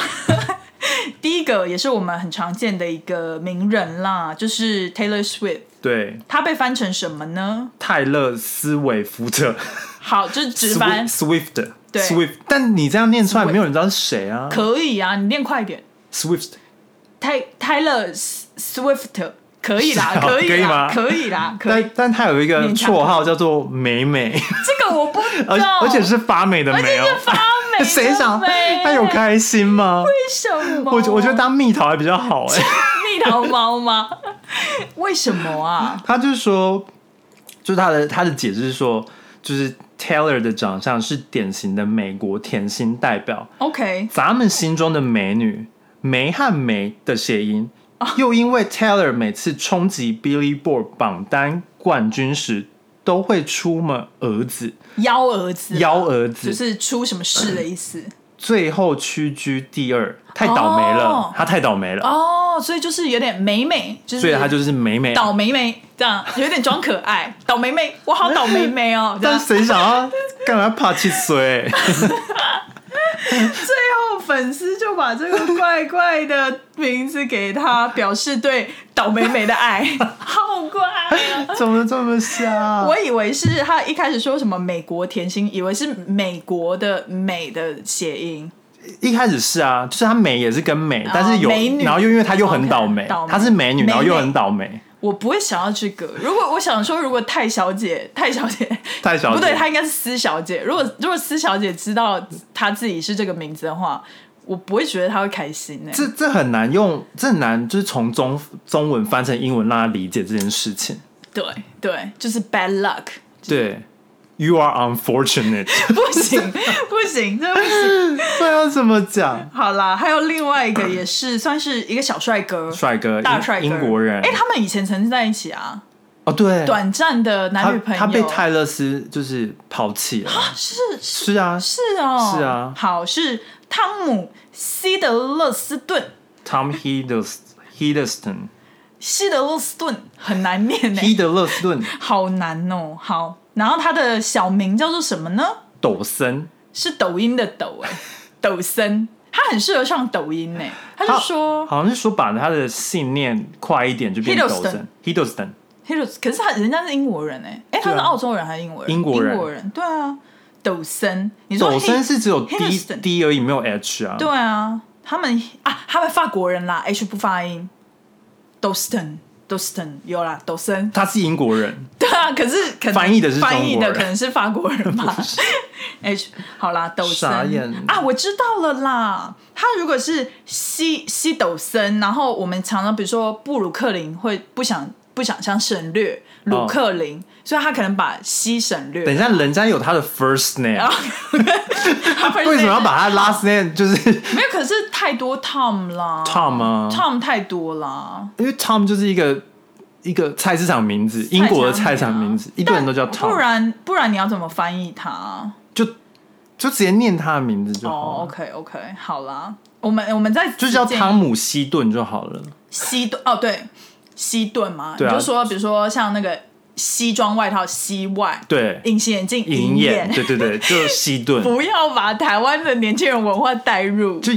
Speaker 1: *laughs* 第一个也是我们很常见的一个名人啦，就是 Taylor Swift，
Speaker 2: 对，
Speaker 1: 他被翻成什么呢？
Speaker 2: 泰勒斯韦福特。
Speaker 1: 好，就是直翻
Speaker 2: Swift，
Speaker 1: 对
Speaker 2: Swift，但你这样念出来，没有人知道是谁啊
Speaker 1: 可以啊，你念快一点。
Speaker 2: ？Swift，
Speaker 1: 泰泰勒斯 Swift 可以啦
Speaker 2: 是，啊
Speaker 1: 可以
Speaker 2: 可以
Speaker 1: 啦，
Speaker 2: 吗
Speaker 1: 可以
Speaker 2: *laughs*
Speaker 1: 啦，可以
Speaker 2: 但。但他有一个
Speaker 1: 勉强
Speaker 2: 绰号叫做美
Speaker 1: *laughs*
Speaker 2: 美，
Speaker 1: 这个我不知
Speaker 2: 而
Speaker 1: 道，
Speaker 2: 而且是发霉的
Speaker 1: 而且
Speaker 2: 霉哦
Speaker 1: 是。发霉的霉，
Speaker 2: *laughs* 谁想他有
Speaker 1: 为
Speaker 2: 开心吗？
Speaker 1: 什么？
Speaker 2: 我觉我觉得当蜜桃还比较好哎、
Speaker 1: *laughs* 蜜桃猫吗？为什么啊？
Speaker 2: 他就说，就是他的他的解释是说，就是 Taylor 的长相是典型的美国甜心代表，
Speaker 1: OK，
Speaker 2: 咱们心中的美女梅和梅的谐音，
Speaker 1: 哦
Speaker 2: 又因为 Taylor 每次冲击 Billboard 榜单冠军时，都会出门儿子
Speaker 1: 幺儿子，
Speaker 2: 幺儿子，嗯
Speaker 1: 就是出什么事的意思
Speaker 2: 最后屈居第二，太倒霉了，
Speaker 1: 哦
Speaker 2: 他太倒霉了，
Speaker 1: 哦，所以就是有点美美，就是
Speaker 2: 所以他就是美美。
Speaker 1: 倒霉霉这样，有点装可爱，倒霉霉，我好倒霉霉哦，这样 *laughs*
Speaker 2: 但谁想要干嘛怕去衰？
Speaker 1: 最后粉丝就把这个怪怪的名字给他，表示对倒霉霉的爱， *laughs* 好怪啊！
Speaker 2: 怎么这么瞎？
Speaker 1: 我以为是他一开始说什么美国甜心，以为是美国的美的谐音，
Speaker 2: 一开始是啊，就是她美也是跟美，但是有
Speaker 1: 哦美女，哦
Speaker 2: 然后又因为她又很倒霉
Speaker 1: OK，倒，霉
Speaker 2: 她是美女，
Speaker 1: 美
Speaker 2: 然后又
Speaker 1: 美
Speaker 2: 很倒霉。
Speaker 1: 我不会想要这个。如果我想说，如果太小姐，太小姐，
Speaker 2: 太小姐
Speaker 1: 不对，她应该是司小姐。如果如果司小姐知道她自己是这个名字的话，我不会觉得她会开心欸呢、
Speaker 2: 这这很难用，这很难就是从中中文翻成英文让她理解这件事情。
Speaker 1: 对对，就是 bad luck，
Speaker 2: 对，You are unfortunate， *laughs*
Speaker 1: 不行不行，这不行。
Speaker 2: 这要怎么讲？
Speaker 1: 好啦，还有另外一个也是算是一个小帅哥，
Speaker 2: 帅哥，
Speaker 1: 大
Speaker 2: 英
Speaker 1: 帅哥，
Speaker 2: 英国人
Speaker 1: 哎、，他们以前曾经在一起啊，
Speaker 2: 哦，对，
Speaker 1: 短暂的男
Speaker 2: 他
Speaker 1: 女朋友。
Speaker 2: 他被泰勒斯就是抛弃了，
Speaker 1: 是是
Speaker 2: 是啊，
Speaker 1: 是哦，
Speaker 2: 是啊
Speaker 1: 好是汤姆希德勒斯顿。
Speaker 2: Tom Hiddleston
Speaker 1: *laughs*
Speaker 2: Hiddleston
Speaker 1: 希德勒斯顿很难念呢、
Speaker 2: 希德勒斯顿
Speaker 1: 好难哦。好，然后他的小名叫做什么呢？
Speaker 2: 抖森，
Speaker 1: 是抖音的抖哎、抖森。他很适合上抖音呢、他就说
Speaker 2: 好像是说把他的信念快一点就变抖森 Hiddleston，
Speaker 1: h e r o 可是他人家是英国人哎、哎、他
Speaker 2: 对啊
Speaker 1: 是澳洲人还是英国人？
Speaker 2: 英国人
Speaker 1: 英国人，对啊，抖森。你说
Speaker 2: 抖森
Speaker 1: Hid-
Speaker 2: 是只有 D
Speaker 1: Hiddleston
Speaker 2: D 而已，没有 H 啊，
Speaker 1: 对啊，他们啊，他们法国人啦，H 不发音。抖森，抖森有啦，抖森。
Speaker 2: 他是英国人，
Speaker 1: *laughs* 对啊，可是可能
Speaker 2: 翻译的是中国人
Speaker 1: 翻译的可能是法国人
Speaker 2: *laughs*
Speaker 1: 吧 *laughs* ？H 好啦，抖
Speaker 2: 傻眼
Speaker 1: 森啊，我知道了啦。他如果是西西抖森，然后我们常常比如说布鲁克林会不想不想像省略鲁克林，所以他可能把西省略。
Speaker 2: 哦等一下人家有他的 first
Speaker 1: 哦
Speaker 2: name，
Speaker 1: *laughs* 他会
Speaker 2: 为什么要把他 last name 就是
Speaker 1: 没有？可是太多 Tom 啦
Speaker 2: Tom 啊？
Speaker 1: 哦 Tom 太多啦。
Speaker 2: 因为 Tom 就是一个一个菜市场名字，英国的菜市场名字，一堆人都叫
Speaker 1: 啊不
Speaker 2: Tom，哦
Speaker 1: 然不然你要怎么翻译它？
Speaker 2: 就就直接念他的名字就好
Speaker 1: 哦、o
Speaker 2: 了，
Speaker 1: k OK，好啦，我们我们再
Speaker 2: 就叫
Speaker 1: 指建议
Speaker 2: 汤姆希顿就好了。
Speaker 1: 西顿哦，对，西顿嘛，
Speaker 2: 对啊
Speaker 1: 你就说比如说像那个西装外套西外，
Speaker 2: 对，
Speaker 1: 隐形眼镜
Speaker 2: 银眼，
Speaker 1: 眼，
Speaker 2: 对对对，就是希顿，
Speaker 1: *laughs* 不要把台湾的年轻人文化带入。
Speaker 2: 就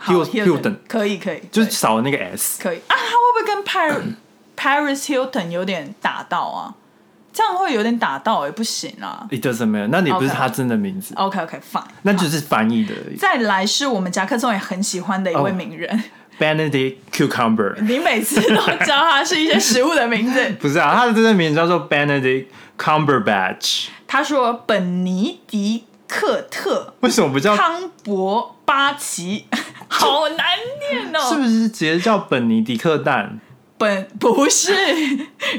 Speaker 2: Hilton，Hilton，
Speaker 1: 可以可以，
Speaker 2: 就是
Speaker 1: 对
Speaker 2: 少了那个 S。
Speaker 1: 可以啊，他会不会跟 Paris *coughs* Paris Hilton 有点打到啊？这样会有点打到也、不行啊。
Speaker 2: It doesn't matter，那你不是
Speaker 1: OK
Speaker 2: 他真的名字，
Speaker 1: OK OK fine，
Speaker 2: 那只是翻译的而已。
Speaker 1: 再来是我们夹克松也很喜欢的一位
Speaker 2: 哦
Speaker 1: 名人
Speaker 2: Benedict Cucumber
Speaker 1: 你每次都教他是一些食物的名字。
Speaker 2: 不是啊，他的真正名字叫做 Benedict Cumberbatch，
Speaker 1: 他说本尼迪克特
Speaker 2: 为什么不叫？
Speaker 1: 康伯巴奇， *laughs* 好难念哦。
Speaker 2: 是不是直接叫本尼迪克蛋？
Speaker 1: 本不是，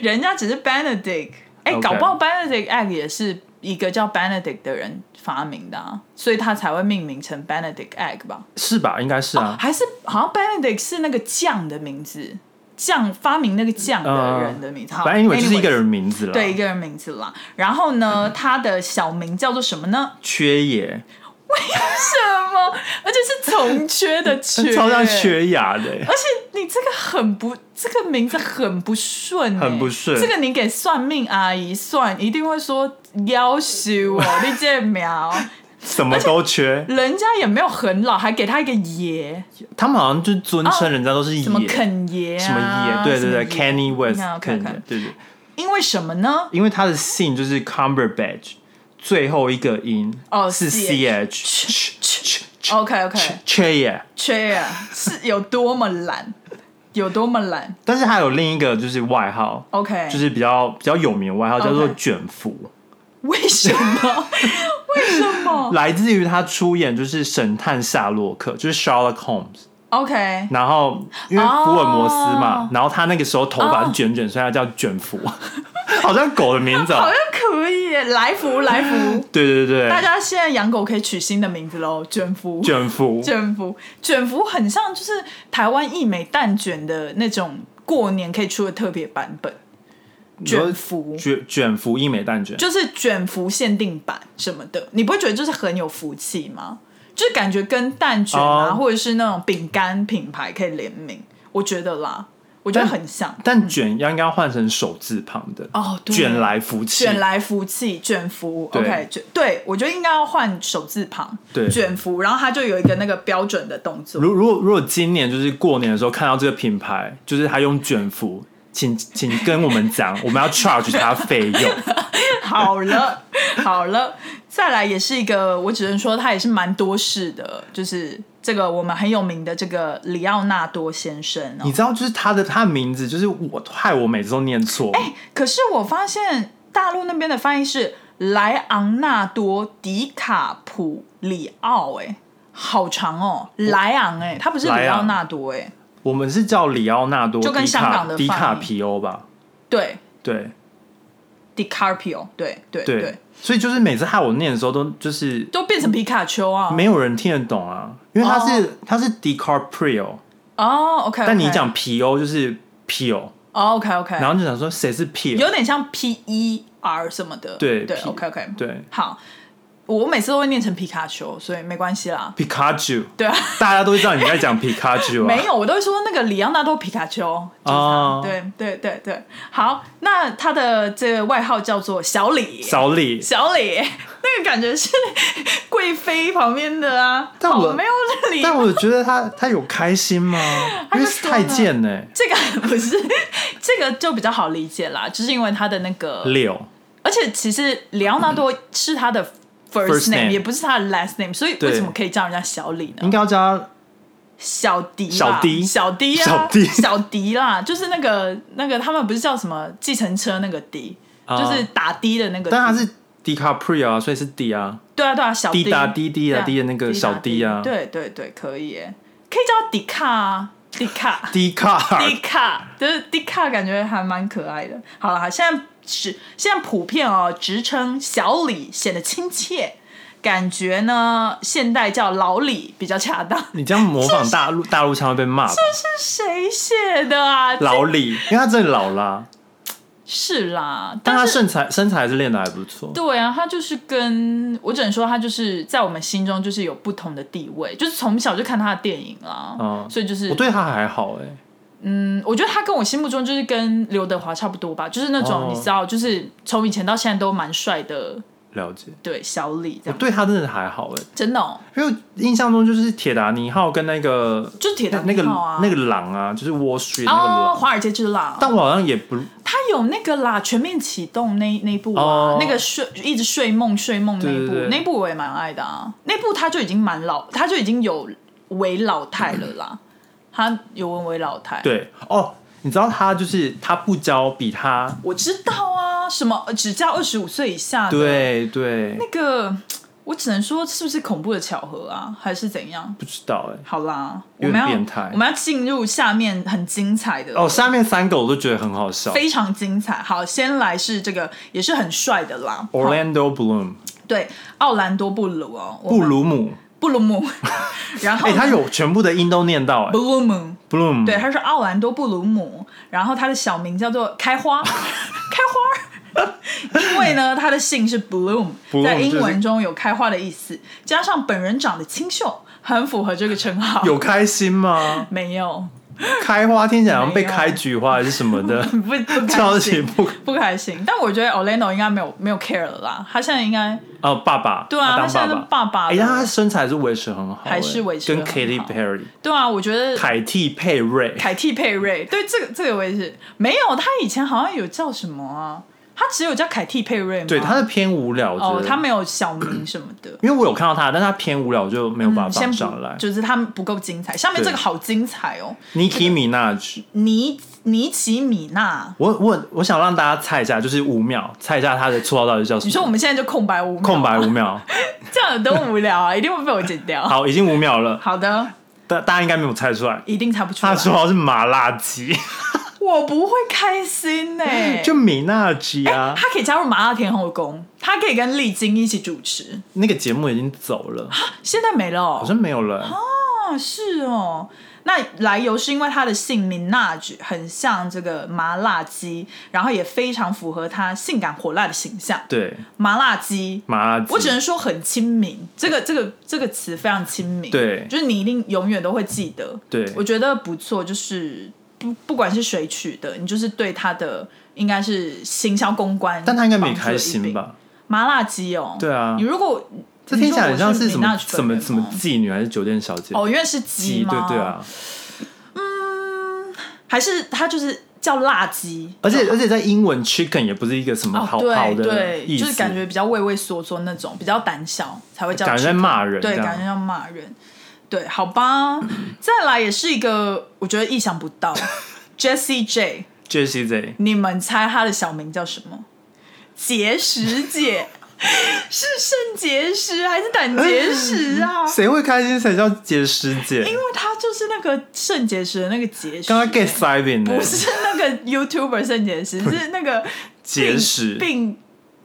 Speaker 1: 人家只是 Benedict。哎、
Speaker 2: OK
Speaker 1: 搞不好 Benedict Egg 也是一个叫 Benedict 的人发明的、啊，所以他才会命名成 Benedict Egg 吧？
Speaker 2: 是吧？应该是啊。
Speaker 1: 还是好像 Benedict 是那个酱的名字，酱发明那个酱的人的名哦字。好
Speaker 2: 啊反正 anyway 就是一个
Speaker 1: anyways
Speaker 2: 人名字了。
Speaker 1: 对一，个人名字啦。然后呢，他的小名叫做什么呢？
Speaker 2: 缺爷，
Speaker 1: 什么？而且是从缺的缺，
Speaker 2: *laughs* 超像。缺牙的、欸
Speaker 1: *laughs* 而且你这个很不，这个名字很不顺欸、
Speaker 2: 很不顺
Speaker 1: 这个你给算命阿姨算，一定会说要求哦，你这苗，
Speaker 2: 什么都缺。
Speaker 1: 人家也没有很老，还给他一个爷，
Speaker 2: 他们好像就尊称人家都是爷，
Speaker 1: 哦什么肯爷、啊，
Speaker 2: 什么爷，对对对
Speaker 1: 什么爷
Speaker 2: ，Kenny West，
Speaker 1: 那
Speaker 2: 肯
Speaker 1: OK，OK
Speaker 2: 爷，对对，
Speaker 1: 因为什么呢？
Speaker 2: 因为他的姓就是 Cumberbatch，最后一个音
Speaker 1: 哦
Speaker 2: 是 C H，
Speaker 1: OK OK，
Speaker 2: 缺爷。
Speaker 1: 缺啊，是有多么懒，有多么懒。
Speaker 2: 但是还有另一个就是外号
Speaker 1: OK，
Speaker 2: 就是比较比较有名的外号叫做
Speaker 1: OK
Speaker 2: 卷福
Speaker 1: 为什么？ *laughs* 为什么
Speaker 2: 来自于他出演就是神探夏洛克，就是 Sherlock Holmes。
Speaker 1: ？OK，
Speaker 2: 然后因为福尔摩斯嘛
Speaker 1: 哦
Speaker 2: 然后他那个时候头发是卷卷所以他叫卷福， *laughs* 好像狗的名字、
Speaker 1: 好
Speaker 2: 哦。
Speaker 1: 像可以耶，来
Speaker 2: *laughs*
Speaker 1: 福来福。
Speaker 2: 对对对，
Speaker 1: 大家现在养狗可以取新的名字喽，卷福。
Speaker 2: 卷福，
Speaker 1: 卷福，卷福很像就是台湾一美蛋卷的那种过年可以出的特别版本，卷福
Speaker 2: 卷卷福一美蛋卷，
Speaker 1: 就是卷福限定版什么的，你不会觉得就是很有福气吗？就是感觉跟蛋卷啊
Speaker 2: 哦
Speaker 1: 或者是那种饼干品牌可以联名，我觉得啦，我觉得很像。
Speaker 2: 但卷要应该要换成手字旁的，
Speaker 1: 哦，对
Speaker 2: 卷来福气，
Speaker 1: 卷来福气，卷福
Speaker 2: 对
Speaker 1: ，OK，卷对我觉得应该要换手字旁，
Speaker 2: 对
Speaker 1: 卷福，然后它就有一个那个标准的动作。
Speaker 2: 如如果如果今年就是过年的时候看到这个品牌，就是他用卷福，请请跟我们讲，我们要 charge 他费用。
Speaker 1: 好了， *laughs* 好了，再来也是一个，我只能说他也是蛮多事的，就是这个我们很有名的这个里奥纳多先生
Speaker 2: 你
Speaker 1: 哦。
Speaker 2: 知道，就是他的他的名字，就是我害我每次都念错。
Speaker 1: 可是我发现大陆那边的翻译是莱昂纳多·迪卡普里奥，哎，好长哦，莱昂哎，他不是
Speaker 2: 莱
Speaker 1: 里
Speaker 2: 昂
Speaker 1: 奥纳多哎，
Speaker 2: 我们是叫里奥纳多，
Speaker 1: 就跟
Speaker 2: 迪卡
Speaker 1: 香港的
Speaker 2: 迪卡
Speaker 1: 翻译
Speaker 2: 皮欧吧？
Speaker 1: 对
Speaker 2: 对
Speaker 1: ，DiCarpio，对对
Speaker 2: 对
Speaker 1: 呃对，
Speaker 2: 所以就是每次害我念的时候都就是
Speaker 1: 都变成皮卡丘啊，
Speaker 2: 没有人听得懂啊，因为他是、他是 DiCaprio，
Speaker 1: 哦，OK，
Speaker 2: 但你讲皮欧就是 Pio，
Speaker 1: ，OK OK，
Speaker 2: 然后就想说谁是 Pio？
Speaker 1: 哎有点像 P E R 什么的，
Speaker 2: 对
Speaker 1: 对
Speaker 2: P-
Speaker 1: ，OK OK，
Speaker 2: 对
Speaker 1: 好，我每次都会念成皮卡丘，所以没关系啦。
Speaker 2: ，Pikachu，
Speaker 1: 对啊，
Speaker 2: 大家都知道你在讲 Pikachu
Speaker 1: *laughs*
Speaker 2: 啊。
Speaker 1: 没有，我都会说那个里昂纳多皮卡丘，就是他。
Speaker 2: 哦
Speaker 1: 对对对对，好，那他的这个外号叫做小李，
Speaker 2: 小李，
Speaker 1: 小李， *laughs* 那个感觉是贵妃旁边的啊，
Speaker 2: 但我
Speaker 1: 好没有礼貌
Speaker 2: 但我觉得他他有开
Speaker 1: *laughs*
Speaker 2: 心吗？因为太贱欸呢、
Speaker 1: 这个不是，这个就比较好理解啦，就是因为他的那个
Speaker 2: 六，
Speaker 1: 而且其实里奥纳多是他的
Speaker 2: First
Speaker 1: first
Speaker 2: name
Speaker 1: name，也不是他的 last name，所以
Speaker 2: 对
Speaker 1: 为什么可以叫人家小李呢
Speaker 2: 应？该要叫他
Speaker 1: 小迪吧，
Speaker 2: 小迪
Speaker 1: 小迪啊，
Speaker 2: 小迪
Speaker 1: 小迪啦，就是那个那个他们不是叫什么计程车那个迪，
Speaker 2: 啊
Speaker 1: 就是打的那个迪，
Speaker 2: 但他是 DiCaprio 啊，所以是 D 啊，
Speaker 1: 对啊对啊，小
Speaker 2: 滴
Speaker 1: 迪
Speaker 2: 答滴滴啊
Speaker 1: 对
Speaker 2: 滴的那个
Speaker 1: 滴答
Speaker 2: 小滴啊，
Speaker 1: 对对对，可以耶，可以叫迪卡啊，迪卡。
Speaker 2: d i c a
Speaker 1: 迪卡就是迪卡，感觉还蛮可爱的。好了，现在是现在普遍哦，职称小李显得亲切，感觉呢现代叫老李比较恰当。 *laughs*
Speaker 2: 你这样模仿大陆大陆腔会被骂吧？
Speaker 1: 是谁写的啊？
Speaker 2: 老李，因为他真的老啦，
Speaker 1: 是啦，
Speaker 2: 但
Speaker 1: 但
Speaker 2: 他
Speaker 1: 是
Speaker 2: 身材身材还是练的还不错。
Speaker 1: 对啊，他就是跟我只能说他就是在我们心中就是有不同的地位，就是从小就看他的电影啦，
Speaker 2: 嗯
Speaker 1: 所以就是
Speaker 2: 我对他还好哎、
Speaker 1: 我觉得他跟我心目中就是跟刘德华差不多吧，就是那种、
Speaker 2: 哦
Speaker 1: 你知道，就是从以前到现在都蛮帅的，
Speaker 2: 了解。
Speaker 1: 对小李这
Speaker 2: 我
Speaker 1: 样，
Speaker 2: 对他真的还好哎、
Speaker 1: 真的、哦，
Speaker 2: 因为我印象中就是铁达尼号跟那个
Speaker 1: 就是铁达
Speaker 2: 那
Speaker 1: 尼
Speaker 2: 个
Speaker 1: 号啊，
Speaker 2: 那个狼啊，就是 Wall Street 那个
Speaker 1: 哦，
Speaker 2: 狼，
Speaker 1: 华尔街之狼，
Speaker 2: 但我好像也不
Speaker 1: 他有那个啦，全面启动那那一部啊，
Speaker 2: 哦
Speaker 1: 那个睡一直睡梦睡梦那一部，
Speaker 2: 对对对
Speaker 1: 那一部我也蛮爱的啊，那部他就已经蛮老，他就已经有为老态了啦，他有文为老态，
Speaker 2: 嗯对哦，你知道他就是他不教比他，
Speaker 1: 我知道啊，什么呃只叫二十五岁以下的，
Speaker 2: 对对，
Speaker 1: 那个，我只能说是不是恐怖的巧合啊，还是怎样？
Speaker 2: 不知道哎、
Speaker 1: 好啦，我
Speaker 2: 有
Speaker 1: 们
Speaker 2: 点
Speaker 1: 要
Speaker 2: 变态
Speaker 1: 我们要进入下面很精彩的
Speaker 2: 哦，，下面三个我都觉得很好笑
Speaker 1: 非常精彩。好，先来是这个也是很帅的啦好
Speaker 2: ，Orlando Bloom
Speaker 1: 对，奥兰多布鲁哦，我
Speaker 2: 布
Speaker 1: 们
Speaker 2: 鲁姆，
Speaker 1: 布鲁
Speaker 2: *laughs*
Speaker 1: 姆，然后
Speaker 2: 哎、他有全部的音都念到哎、
Speaker 1: 布鲁姆，
Speaker 2: Bloom，
Speaker 1: 对，他是奥兰多布鲁姆，然后他的小名叫做开
Speaker 2: *laughs*
Speaker 1: 花，开花儿，因为呢，他的姓是 Bloom，
Speaker 2: Bloom
Speaker 1: 在
Speaker 2: 就
Speaker 1: 英
Speaker 2: 是
Speaker 1: 文中有开花的意思，加上本人长得清秀，很符合这个称号。
Speaker 2: 有开心
Speaker 1: *laughs*
Speaker 2: 吗？
Speaker 1: 没有？
Speaker 2: 开花听起来好像被
Speaker 1: 没有
Speaker 2: 开菊花还是什么的，
Speaker 1: 不不
Speaker 2: 超
Speaker 1: 开
Speaker 2: 级
Speaker 1: 心，
Speaker 2: 不
Speaker 1: 不开心。但我觉得 Orlando 应该没有没有 care 了啦，他现在应该
Speaker 2: *laughs* 哦，爸爸，
Speaker 1: 对啊，他
Speaker 2: 当
Speaker 1: 现在
Speaker 2: 爸
Speaker 1: 是爸
Speaker 2: 爸。
Speaker 1: 爸
Speaker 2: 哎、但他
Speaker 1: 了。
Speaker 2: 身材是维持很好、哎
Speaker 1: 还是维持
Speaker 2: 跟
Speaker 1: 得很
Speaker 2: Katy
Speaker 1: 好
Speaker 2: Perry、
Speaker 1: 对啊，我觉得
Speaker 2: 凯蒂佩瑞，
Speaker 1: 凯蒂佩瑞，对这个这个我也是没有，他以前好像有叫什么啊？他只有叫凯蒂佩瑞吗？
Speaker 2: 对，他是偏无聊，我觉
Speaker 1: 哦，
Speaker 2: 得。
Speaker 1: 他没有小名什么的
Speaker 2: 因为我有看到他，但他偏无聊，我就没有办法
Speaker 1: 先
Speaker 2: 放
Speaker 1: 不
Speaker 2: 上来。
Speaker 1: 就是他们不够精彩。下面
Speaker 2: 对
Speaker 1: 这个好精彩哦，
Speaker 2: Nicki Minaj，
Speaker 1: 尼尼奇米娜，
Speaker 2: 我我我想让大家猜一下，就是五秒，猜一下他的绰号到底叫什么？
Speaker 1: 你说我们现在就空白五秒，
Speaker 2: 空白五秒，
Speaker 1: 这样有多无聊啊，一 *laughs* 定会被我剪掉。
Speaker 2: 好，已经五秒了，
Speaker 1: 好的，
Speaker 2: 大大家应该没有猜出来。
Speaker 1: 一定猜不出
Speaker 2: 他
Speaker 1: 来
Speaker 2: 的。绰号是麻辣鸡，
Speaker 1: 我不会开心呢、
Speaker 2: *laughs* 就米娜鸡啊。
Speaker 1: 他可以加入麻辣天后宫，他可以跟丽晶一起主持。
Speaker 2: 那个节目已经走了，
Speaker 1: 现在没了、哦，
Speaker 2: 好像没有了、
Speaker 1: 啊，是哦。那来由是因为他的姓名纳举很像这个麻辣鸡，然后也非常符合他性感火辣的形象。
Speaker 2: 对，
Speaker 1: 麻辣鸡，
Speaker 2: 麻辣鸡。
Speaker 1: 我只能说很亲民，这个这个这个词非常亲民，
Speaker 2: 对
Speaker 1: 就是你一定永远都会记得。
Speaker 2: 对
Speaker 1: 我觉得不错，就是不不不管是谁取的，你就是对它的应该是行销公关，
Speaker 2: 但他应该没开心？吧？
Speaker 1: 麻辣鸡哦，
Speaker 2: 对啊
Speaker 1: 你如果
Speaker 2: 这听起来很像
Speaker 1: 你说我
Speaker 2: 是
Speaker 1: 是
Speaker 2: 什么
Speaker 1: Minaj
Speaker 2: 什么
Speaker 1: 粉
Speaker 2: 什么
Speaker 1: 吗
Speaker 2: 妓女还是酒店小姐？
Speaker 1: 哦，因为是
Speaker 2: 鸡
Speaker 1: 鸡
Speaker 2: 对
Speaker 1: 吗？
Speaker 2: 对，啊，
Speaker 1: 还是它就是叫辣鸡，
Speaker 2: 而且而且在英文 chicken 也不是一个什么好好
Speaker 1: 哦对
Speaker 2: 的
Speaker 1: 对，
Speaker 2: 意思，
Speaker 1: 就是感觉比较畏畏缩缩那种，比较胆小才会叫
Speaker 2: 感觉在
Speaker 1: chicken
Speaker 2: 骂人这
Speaker 1: 对，
Speaker 2: 样，
Speaker 1: 感觉要骂人。对，好吧，再来也是一个我觉得意想不
Speaker 2: *laughs*
Speaker 1: 到，Jessie J，
Speaker 2: Jessie Z
Speaker 1: 你们猜她的小名叫什么？结石
Speaker 2: *laughs*
Speaker 1: 姐，是肾结石还是胆结石
Speaker 2: *laughs*
Speaker 1: 啊？
Speaker 2: 谁会开心？谁叫结石姐？
Speaker 1: 因为她就是那个肾结石的那个结石，
Speaker 2: 刚刚 get saving 呢
Speaker 1: 不？是那个 YouTuber 肾结石，是那个
Speaker 2: 结
Speaker 1: 病
Speaker 2: 石
Speaker 1: 病，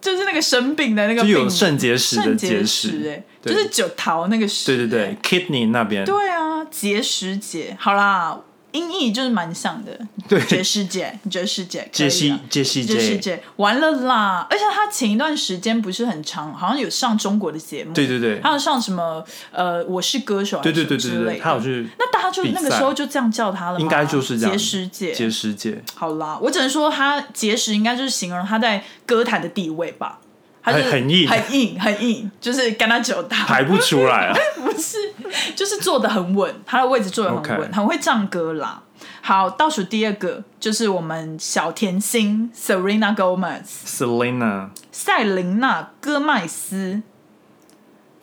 Speaker 1: 就是那个生病的那个
Speaker 2: 就
Speaker 1: 病，
Speaker 2: 有肾结石的
Speaker 1: 肾结
Speaker 2: 石，
Speaker 1: 哎，
Speaker 2: 对
Speaker 1: 就是九桃那个石，
Speaker 2: 对对
Speaker 1: 哎
Speaker 2: 对，kidney 那边，
Speaker 1: 对啊，结石姐，好啦，音译就是蛮像的。
Speaker 2: 对
Speaker 1: 结石姐，结石姐，
Speaker 2: 杰
Speaker 1: 可
Speaker 2: 西
Speaker 1: 以啦啊
Speaker 2: 杰西
Speaker 1: 结石
Speaker 2: J，
Speaker 1: 姐，完了啦！而且她前一段时间不是很长，好像有上中国的节目，
Speaker 2: 对对对
Speaker 1: 还有上什么呃，我是歌手，
Speaker 2: 对对对对对，他有。去
Speaker 1: 那大家就
Speaker 2: 比赛
Speaker 1: 那个时候就这样叫她了吗，
Speaker 2: 应该就是这样
Speaker 1: 结石姐，
Speaker 2: 结石姐，
Speaker 1: 好啦，我只能说她结石应该就是形容她在歌坛的地位吧，她就是
Speaker 2: 很很硬
Speaker 1: 很硬，很硬，就是跟她九大
Speaker 2: 排不出来啊。
Speaker 1: 不是， *laughs* 就是坐的很稳，他的位置坐的很稳
Speaker 2: OK
Speaker 1: 很会唱歌啦。好，倒数第二个就是我们小甜心 Serena Gomez，
Speaker 2: Selena
Speaker 1: 塞琳娜·戈麦斯，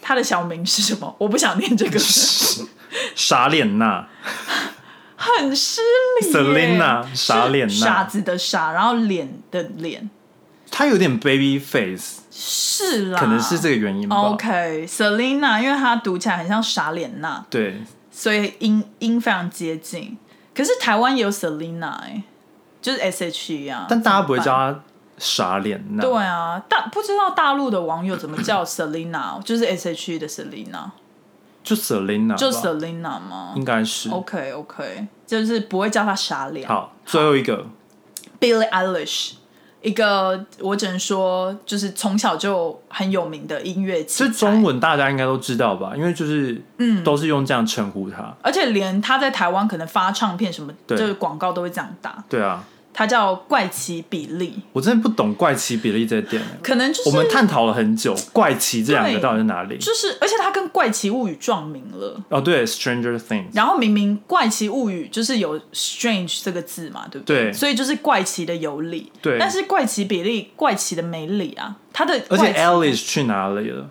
Speaker 1: 她的小名是什么？ *laughs* 我不想念这
Speaker 2: *laughs*
Speaker 1: 个，
Speaker 2: 傻脸娜
Speaker 1: 很失礼耶。
Speaker 2: ，Selena
Speaker 1: 是
Speaker 2: 傻脸
Speaker 1: 傻
Speaker 2: 娜，
Speaker 1: 子的傻，然后脸的脸，
Speaker 2: 她有点 baby face，
Speaker 1: 是啦，
Speaker 2: 可能是这个原因
Speaker 1: 啊
Speaker 2: 吧。
Speaker 1: OK，Selena，、因为她读起来很像傻脸娜，
Speaker 2: 对，
Speaker 1: 所以音音非常接近。可是台湾也有 Selina 哎、就是 S H E 啊。
Speaker 2: 但大家不会
Speaker 1: 怎
Speaker 2: 叫
Speaker 1: 么办。
Speaker 2: 她傻脸娜，
Speaker 1: 对啊，大不知道大陆的网友怎么
Speaker 2: *coughs*
Speaker 1: 叫 Selina，就是 S H E 的 Selina，
Speaker 2: 就 Selena，吧
Speaker 1: 就 Selina 吗
Speaker 2: 应该是。
Speaker 1: ？OK OK，就是不会叫她傻脸。
Speaker 2: 好，最后一个，
Speaker 1: Billie Eilish，一个我只能说就是从小就很有名的音乐奇
Speaker 2: 这
Speaker 1: 才，
Speaker 2: 中文大家应该都知道吧？因为就是嗯，都是用这样称呼她。
Speaker 1: 而且连她在台湾可能发唱片什么，
Speaker 2: 对
Speaker 1: 就是广告都会这样打。
Speaker 2: 对啊，
Speaker 1: 她叫怪奇比利，
Speaker 2: 我真的不懂怪奇比例这点欸。
Speaker 1: 可能就是
Speaker 2: 我们探讨了很久，怪奇这两个
Speaker 1: 对
Speaker 2: 到底在哪里？
Speaker 1: 就是，而且他跟《怪奇物语》撞名了。
Speaker 2: 哦，对，Stranger Things，
Speaker 1: 然后明明《怪奇物语》就是有 “strange” 这个字嘛，对不对？
Speaker 2: 对
Speaker 1: 所以就是怪奇的有理。
Speaker 2: 对
Speaker 1: 但是怪奇比例、怪奇的没理啊，他的
Speaker 2: 而且
Speaker 1: 怪奇
Speaker 2: Alice 去哪里了？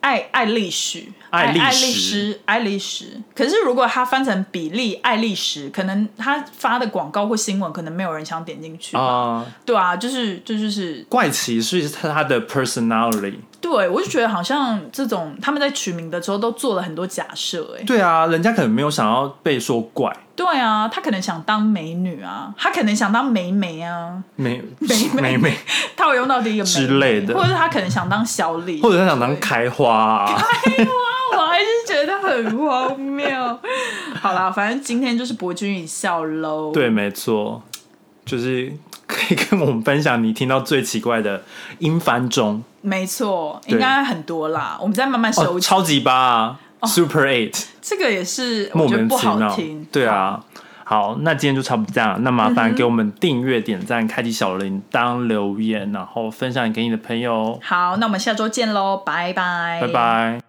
Speaker 1: 爱爱丽史、
Speaker 2: 爱
Speaker 1: 爱
Speaker 2: 丽
Speaker 1: 爱
Speaker 2: 史
Speaker 1: 丽史、爱丽史。可是如果他翻成比利爱丽史，可能他发的广告或新闻，可能没有人想点进去。
Speaker 2: 啊、
Speaker 1: 对啊，就是这就是
Speaker 2: 怪奇是他的 personality。
Speaker 1: 对，我就觉得好像这种他们在取名的时候都做了很多假设、欸，
Speaker 2: 对啊，人家可能没有想要被说怪，
Speaker 1: 对啊，她可能想当美女啊，她可能想当美眉啊， *laughs*
Speaker 2: 没
Speaker 1: 没没
Speaker 2: 没没，
Speaker 1: 她有用到第一个美女
Speaker 2: 之类的
Speaker 1: 或者是她可能想当小李，
Speaker 2: 或者他想当开花、啊，
Speaker 1: 那 *laughs* 我还是觉得很荒谬。 *laughs* 好啦，反正今天就是博君一笑喽。
Speaker 2: 对，没错，就是可以跟我们分享你听到最奇怪的音翻中
Speaker 1: 没错，
Speaker 2: 对
Speaker 1: 应该很多啦，我们再慢慢收集。
Speaker 2: 哦，超级八、啊 Super Eight，
Speaker 1: 这个也是
Speaker 2: 莫
Speaker 1: 哦我觉得
Speaker 2: 名
Speaker 1: 不
Speaker 2: 其
Speaker 1: 好
Speaker 2: 妙
Speaker 1: 听，，嗯
Speaker 2: 对啊。好，那今天就差不多这样。那麻烦给我们订阅、点赞、开启小铃铛、留言，然后分享给你的朋友。
Speaker 1: 好。好，那我们下周见喽，拜拜，
Speaker 2: 拜拜。